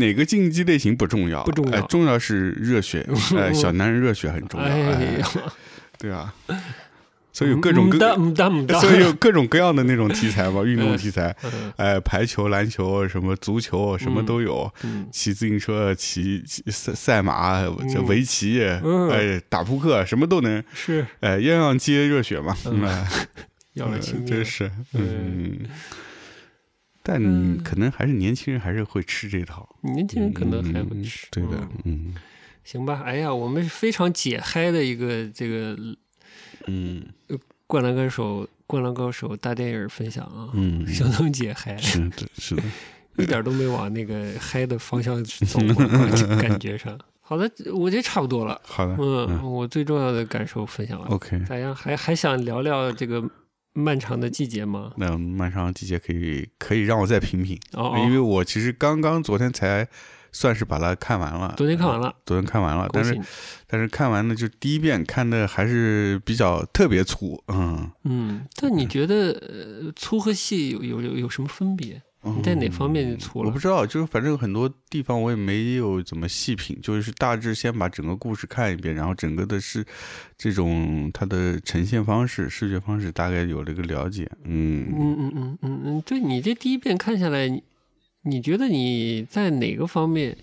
[SPEAKER 3] 哪个竞技类型不重要，
[SPEAKER 2] 不重要
[SPEAKER 3] 哎重要是热 血，哎，小男人热血很重要，
[SPEAKER 2] 哎
[SPEAKER 3] 哎
[SPEAKER 2] 呀，
[SPEAKER 3] 对啊。所以有各种各，
[SPEAKER 2] 哒嗯哒嗯哒，
[SPEAKER 3] 所以有各种各样的那种题材嘛，运动
[SPEAKER 2] 嗯
[SPEAKER 3] 题材，
[SPEAKER 2] 嗯
[SPEAKER 3] 哎，排球、篮球、什么足球，啊什么都有。
[SPEAKER 2] 嗯
[SPEAKER 3] 骑自行车、啊骑骑赛赛马、这围棋，
[SPEAKER 2] 嗯
[SPEAKER 3] 哎，打扑克，什么都能，
[SPEAKER 2] 是
[SPEAKER 3] 哎，样样皆热血嘛。
[SPEAKER 2] 嗯
[SPEAKER 3] 哎
[SPEAKER 2] 要了亲
[SPEAKER 3] 呃真
[SPEAKER 2] 命。
[SPEAKER 3] 是，
[SPEAKER 2] 嗯
[SPEAKER 3] 嗯。但
[SPEAKER 2] 嗯
[SPEAKER 3] 可能还是年轻人还是会吃这套，
[SPEAKER 2] 年轻人可能还会
[SPEAKER 3] 嗯
[SPEAKER 2] 吃，
[SPEAKER 3] 对的
[SPEAKER 2] 嗯，
[SPEAKER 3] 嗯
[SPEAKER 2] 行吧？哎呀，我们是非常解嗨的一个这个《
[SPEAKER 1] 嗯
[SPEAKER 2] 灌篮高手》《灌篮高手》大电影分享啊，
[SPEAKER 1] 嗯，
[SPEAKER 2] 相当解嗨。
[SPEAKER 1] 是的，是的，
[SPEAKER 2] 一点都没往那个嗨的方向走过，感觉上。好的，我觉得差不多了。
[SPEAKER 3] 好的，
[SPEAKER 2] 嗯，我最重要的感受分享完了。
[SPEAKER 1] OK，
[SPEAKER 2] 大家还还想聊聊这个漫长的季节吗？
[SPEAKER 3] 那漫长季节可以可以让我再品品，
[SPEAKER 2] 哦，
[SPEAKER 3] 因为
[SPEAKER 2] 哦
[SPEAKER 3] 我其实刚刚昨天才算是把它看完
[SPEAKER 1] 啊
[SPEAKER 3] 了，
[SPEAKER 2] 昨天看完了，
[SPEAKER 3] 昨天看完了，
[SPEAKER 2] 恭
[SPEAKER 3] 但
[SPEAKER 2] 喜
[SPEAKER 3] 是
[SPEAKER 2] 你。
[SPEAKER 3] 但是看完了就第一遍看的还是比较特别粗，嗯，
[SPEAKER 2] 嗯，但你觉得呃粗和细有有有有什么分别？
[SPEAKER 3] 嗯
[SPEAKER 2] 你在哪方面粗
[SPEAKER 1] 我
[SPEAKER 2] 了
[SPEAKER 1] 不？知道，就是反正很多地方我也没有怎么细品，就是大致先把整个故事看一遍，然后整个的是这种它的呈现方式、视觉方式大概有了一个了解。嗯，
[SPEAKER 2] 嗯嗯嗯嗯嗯，对你这第一遍看下来，你你觉得你在哪个方面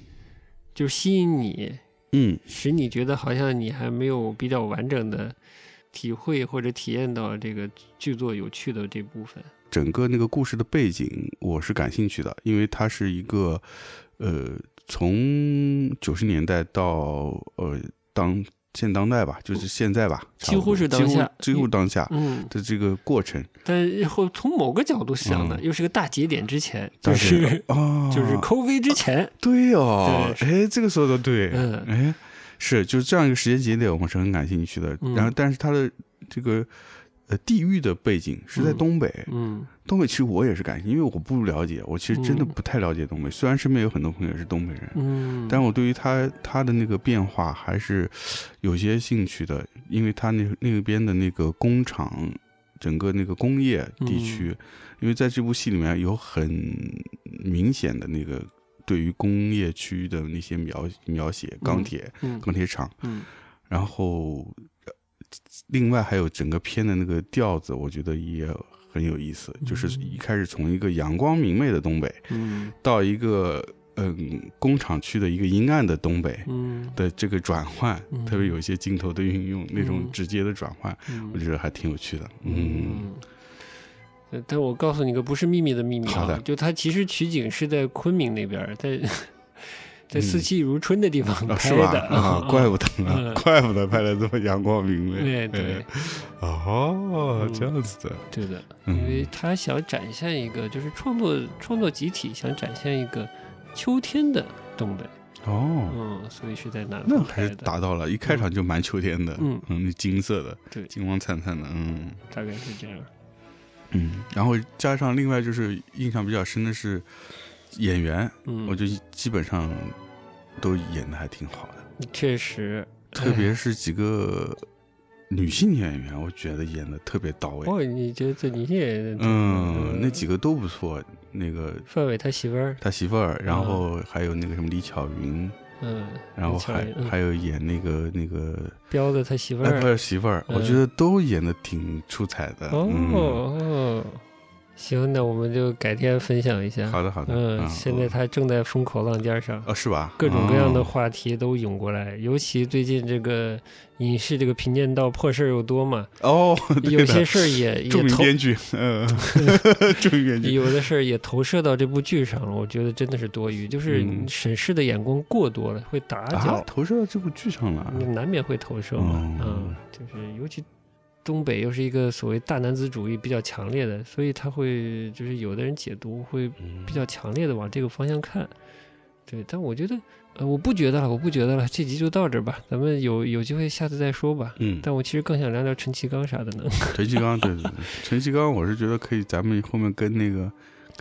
[SPEAKER 2] 就是吸引你？
[SPEAKER 1] 嗯
[SPEAKER 2] 使你觉得好像你还没有比较完整的体会或者体验到这个剧作有趣的这部分。
[SPEAKER 1] 整个那个故事的背景我是感兴趣的，因为它是一个呃，从九十年代到呃当现当代吧，就是现在吧，差
[SPEAKER 2] 几
[SPEAKER 1] 不
[SPEAKER 2] 乎
[SPEAKER 1] 多
[SPEAKER 2] 是当
[SPEAKER 1] 几乎
[SPEAKER 2] 下
[SPEAKER 1] 几乎当下
[SPEAKER 2] 嗯，
[SPEAKER 1] 的这个过程。
[SPEAKER 2] 但后从某个角度想呢，
[SPEAKER 1] 嗯
[SPEAKER 2] 又是个大节点之前，
[SPEAKER 1] 大
[SPEAKER 2] 就
[SPEAKER 1] 节
[SPEAKER 2] 是
[SPEAKER 1] 啊，
[SPEAKER 2] 就是 COVID 之前，
[SPEAKER 1] 对哦，哎，这个说的对，
[SPEAKER 2] 嗯
[SPEAKER 1] 哎，是就是这样一个时间节点，我们是很感兴趣的。
[SPEAKER 2] 嗯
[SPEAKER 1] 然后，但是它的这个呃地域的背景是在
[SPEAKER 2] 嗯
[SPEAKER 1] 东北，
[SPEAKER 2] 嗯
[SPEAKER 1] 东北其实我也是感兴趣，因为我不了解，我其实真的
[SPEAKER 2] 嗯
[SPEAKER 1] 不太了解东北。虽然身边有很多朋友是东北人，
[SPEAKER 2] 嗯，
[SPEAKER 1] 但我对于他他的那个变化还是有些兴趣的，因为他那那边的那个工厂，整个那个工业
[SPEAKER 2] 嗯
[SPEAKER 1] 地区，因为在这部戏里面有很明显的那个对于工业区域的那些描描写，钢铁、
[SPEAKER 2] 嗯
[SPEAKER 1] 钢铁厂，
[SPEAKER 2] 嗯
[SPEAKER 1] 然后呃另外还有整个片的那个调子，我觉得也很有意思，就是
[SPEAKER 2] 嗯
[SPEAKER 1] 一开始从一个阳光明媚的东北
[SPEAKER 2] 嗯
[SPEAKER 1] 到一个。嗯，工厂区的一个阴暗的东北，
[SPEAKER 2] 嗯
[SPEAKER 1] 的这个转换，
[SPEAKER 2] 嗯
[SPEAKER 1] 特别有一些镜头的运用，那种
[SPEAKER 2] 嗯
[SPEAKER 1] 直接的转换，我
[SPEAKER 2] 嗯
[SPEAKER 1] 觉得还挺有趣的。嗯，
[SPEAKER 2] 嗯。呃但我告诉你个不是秘密的秘密
[SPEAKER 1] 好
[SPEAKER 2] 啊
[SPEAKER 1] 的，
[SPEAKER 2] 就它其实取景是在昆明那边儿， 在在
[SPEAKER 1] 嗯
[SPEAKER 2] 四季如春的地方
[SPEAKER 1] 啊，
[SPEAKER 2] 拍
[SPEAKER 1] 是吧
[SPEAKER 2] 的？
[SPEAKER 1] 啊，怪不得
[SPEAKER 2] 嗯
[SPEAKER 1] 呢，怪不得拍的这么阳光明 媚。
[SPEAKER 2] 对对
[SPEAKER 1] 哎，哦，这样子的，
[SPEAKER 2] 对的，
[SPEAKER 1] 嗯
[SPEAKER 2] 因为他想展现一个，就是创作创作集体想展现一个秋天的东北，
[SPEAKER 1] 哦，
[SPEAKER 2] 嗯，所以是在南
[SPEAKER 1] 那
[SPEAKER 2] 方
[SPEAKER 1] 还
[SPEAKER 2] 拍
[SPEAKER 1] 是
[SPEAKER 2] 的，
[SPEAKER 1] 达到了，一开场就蛮秋天的，
[SPEAKER 2] 嗯
[SPEAKER 1] 嗯，金色的，
[SPEAKER 2] 对
[SPEAKER 1] 金光灿灿的，嗯
[SPEAKER 2] 大概是这样。
[SPEAKER 1] 嗯，然后加上另外就是印象比较深的是演员，
[SPEAKER 2] 嗯，
[SPEAKER 1] 我觉得基本上都演的还挺好的。
[SPEAKER 2] 确实
[SPEAKER 1] 特别是几个女性演员，我觉得演的特别到位。
[SPEAKER 2] 哦，你觉得你也
[SPEAKER 1] 嗯，那几个都不错。那个
[SPEAKER 2] 范伟他媳妇儿，
[SPEAKER 1] 他媳妇儿，然后还有那个什么李巧云，
[SPEAKER 2] 嗯，
[SPEAKER 1] 然后还
[SPEAKER 2] 李巧云嗯
[SPEAKER 1] 还有演那个那个
[SPEAKER 2] 彪子他媳妇
[SPEAKER 1] 哎，不
[SPEAKER 2] 儿，
[SPEAKER 1] 是媳妇儿，
[SPEAKER 2] 嗯
[SPEAKER 1] 我觉得都演的挺出彩的。
[SPEAKER 2] 哦
[SPEAKER 1] 嗯，
[SPEAKER 2] 哦，行，那我们就改天分享一下。
[SPEAKER 1] 好的好的。
[SPEAKER 2] 嗯，现在他正在风口浪尖上。
[SPEAKER 1] 哦是吧？
[SPEAKER 2] 各种各样的
[SPEAKER 1] 哦
[SPEAKER 2] 话题都涌过来，尤其最近这个影视这个贫贱道破事儿又多嘛，
[SPEAKER 1] 哦， 对
[SPEAKER 2] 有
[SPEAKER 1] 的
[SPEAKER 2] 些事 儿也
[SPEAKER 3] 著
[SPEAKER 2] 也
[SPEAKER 3] 名
[SPEAKER 2] 投，
[SPEAKER 3] 编剧，嗯，著名编剧，
[SPEAKER 2] 有的事儿也投射到这部剧上了。我觉得真的是多余，就是
[SPEAKER 1] 嗯
[SPEAKER 2] 审视的眼光过多了，会打
[SPEAKER 1] 啊
[SPEAKER 2] 搅，，
[SPEAKER 1] 投射到这部剧上了。啊
[SPEAKER 2] 那难免会投射嘛。
[SPEAKER 1] 哦
[SPEAKER 2] 嗯，就是尤其东北又是一个所谓大男子主义比较强烈的，嗯所以他会就是有的人解读会比较强烈的往这个方向看。对，但我觉得，呃，我不觉得了，我不觉得了，这集就到这儿吧，咱们有有机会下次再说吧。
[SPEAKER 1] 嗯，
[SPEAKER 2] 但我其实更想聊聊陈其刚啥的呢，
[SPEAKER 1] 陈其刚，对对对，陈其刚，我是觉得可以，咱们后面跟那 个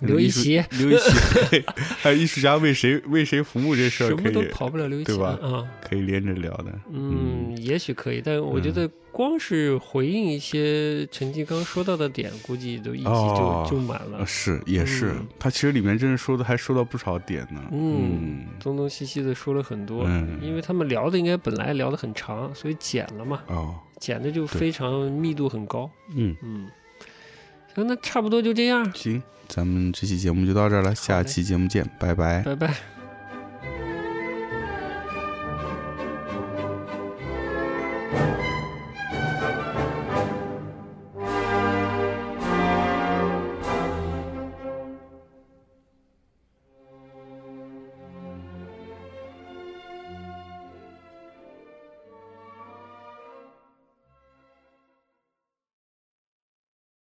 [SPEAKER 1] 跟
[SPEAKER 2] 刘
[SPEAKER 1] 艺
[SPEAKER 2] 一
[SPEAKER 1] 术
[SPEAKER 2] 奇，
[SPEAKER 1] 刘一奇， 还有艺术家为谁为谁服务这事
[SPEAKER 2] 什
[SPEAKER 1] 儿，可
[SPEAKER 2] 么都
[SPEAKER 1] 以
[SPEAKER 2] 跑不了刘一
[SPEAKER 1] 对
[SPEAKER 2] 奇
[SPEAKER 1] 吧
[SPEAKER 2] 啊。
[SPEAKER 1] 可以连着聊的。
[SPEAKER 2] 嗯，也许可以，但我觉
[SPEAKER 1] 嗯
[SPEAKER 2] 得光是回应一些陈继刚说到的点，估计都一集就、
[SPEAKER 1] 哦
[SPEAKER 2] 就满了
[SPEAKER 1] 啊，，是也是
[SPEAKER 2] 嗯，
[SPEAKER 1] 他其实里面真的说的还说到不少点呢。
[SPEAKER 2] 嗯
[SPEAKER 1] 嗯
[SPEAKER 2] 东东西西的说了很多。
[SPEAKER 1] 嗯
[SPEAKER 2] 因为他们聊的应该本来聊的很长，所以剪了嘛，
[SPEAKER 1] 哦，
[SPEAKER 2] 剪的就
[SPEAKER 1] 对
[SPEAKER 2] 非常密度很高。
[SPEAKER 1] 嗯，
[SPEAKER 2] 嗯，行，那差不多就这样，
[SPEAKER 1] 行，咱们这期节目就到这儿了，下
[SPEAKER 2] 好嘞
[SPEAKER 1] 期节目见，拜拜。
[SPEAKER 2] 拜拜。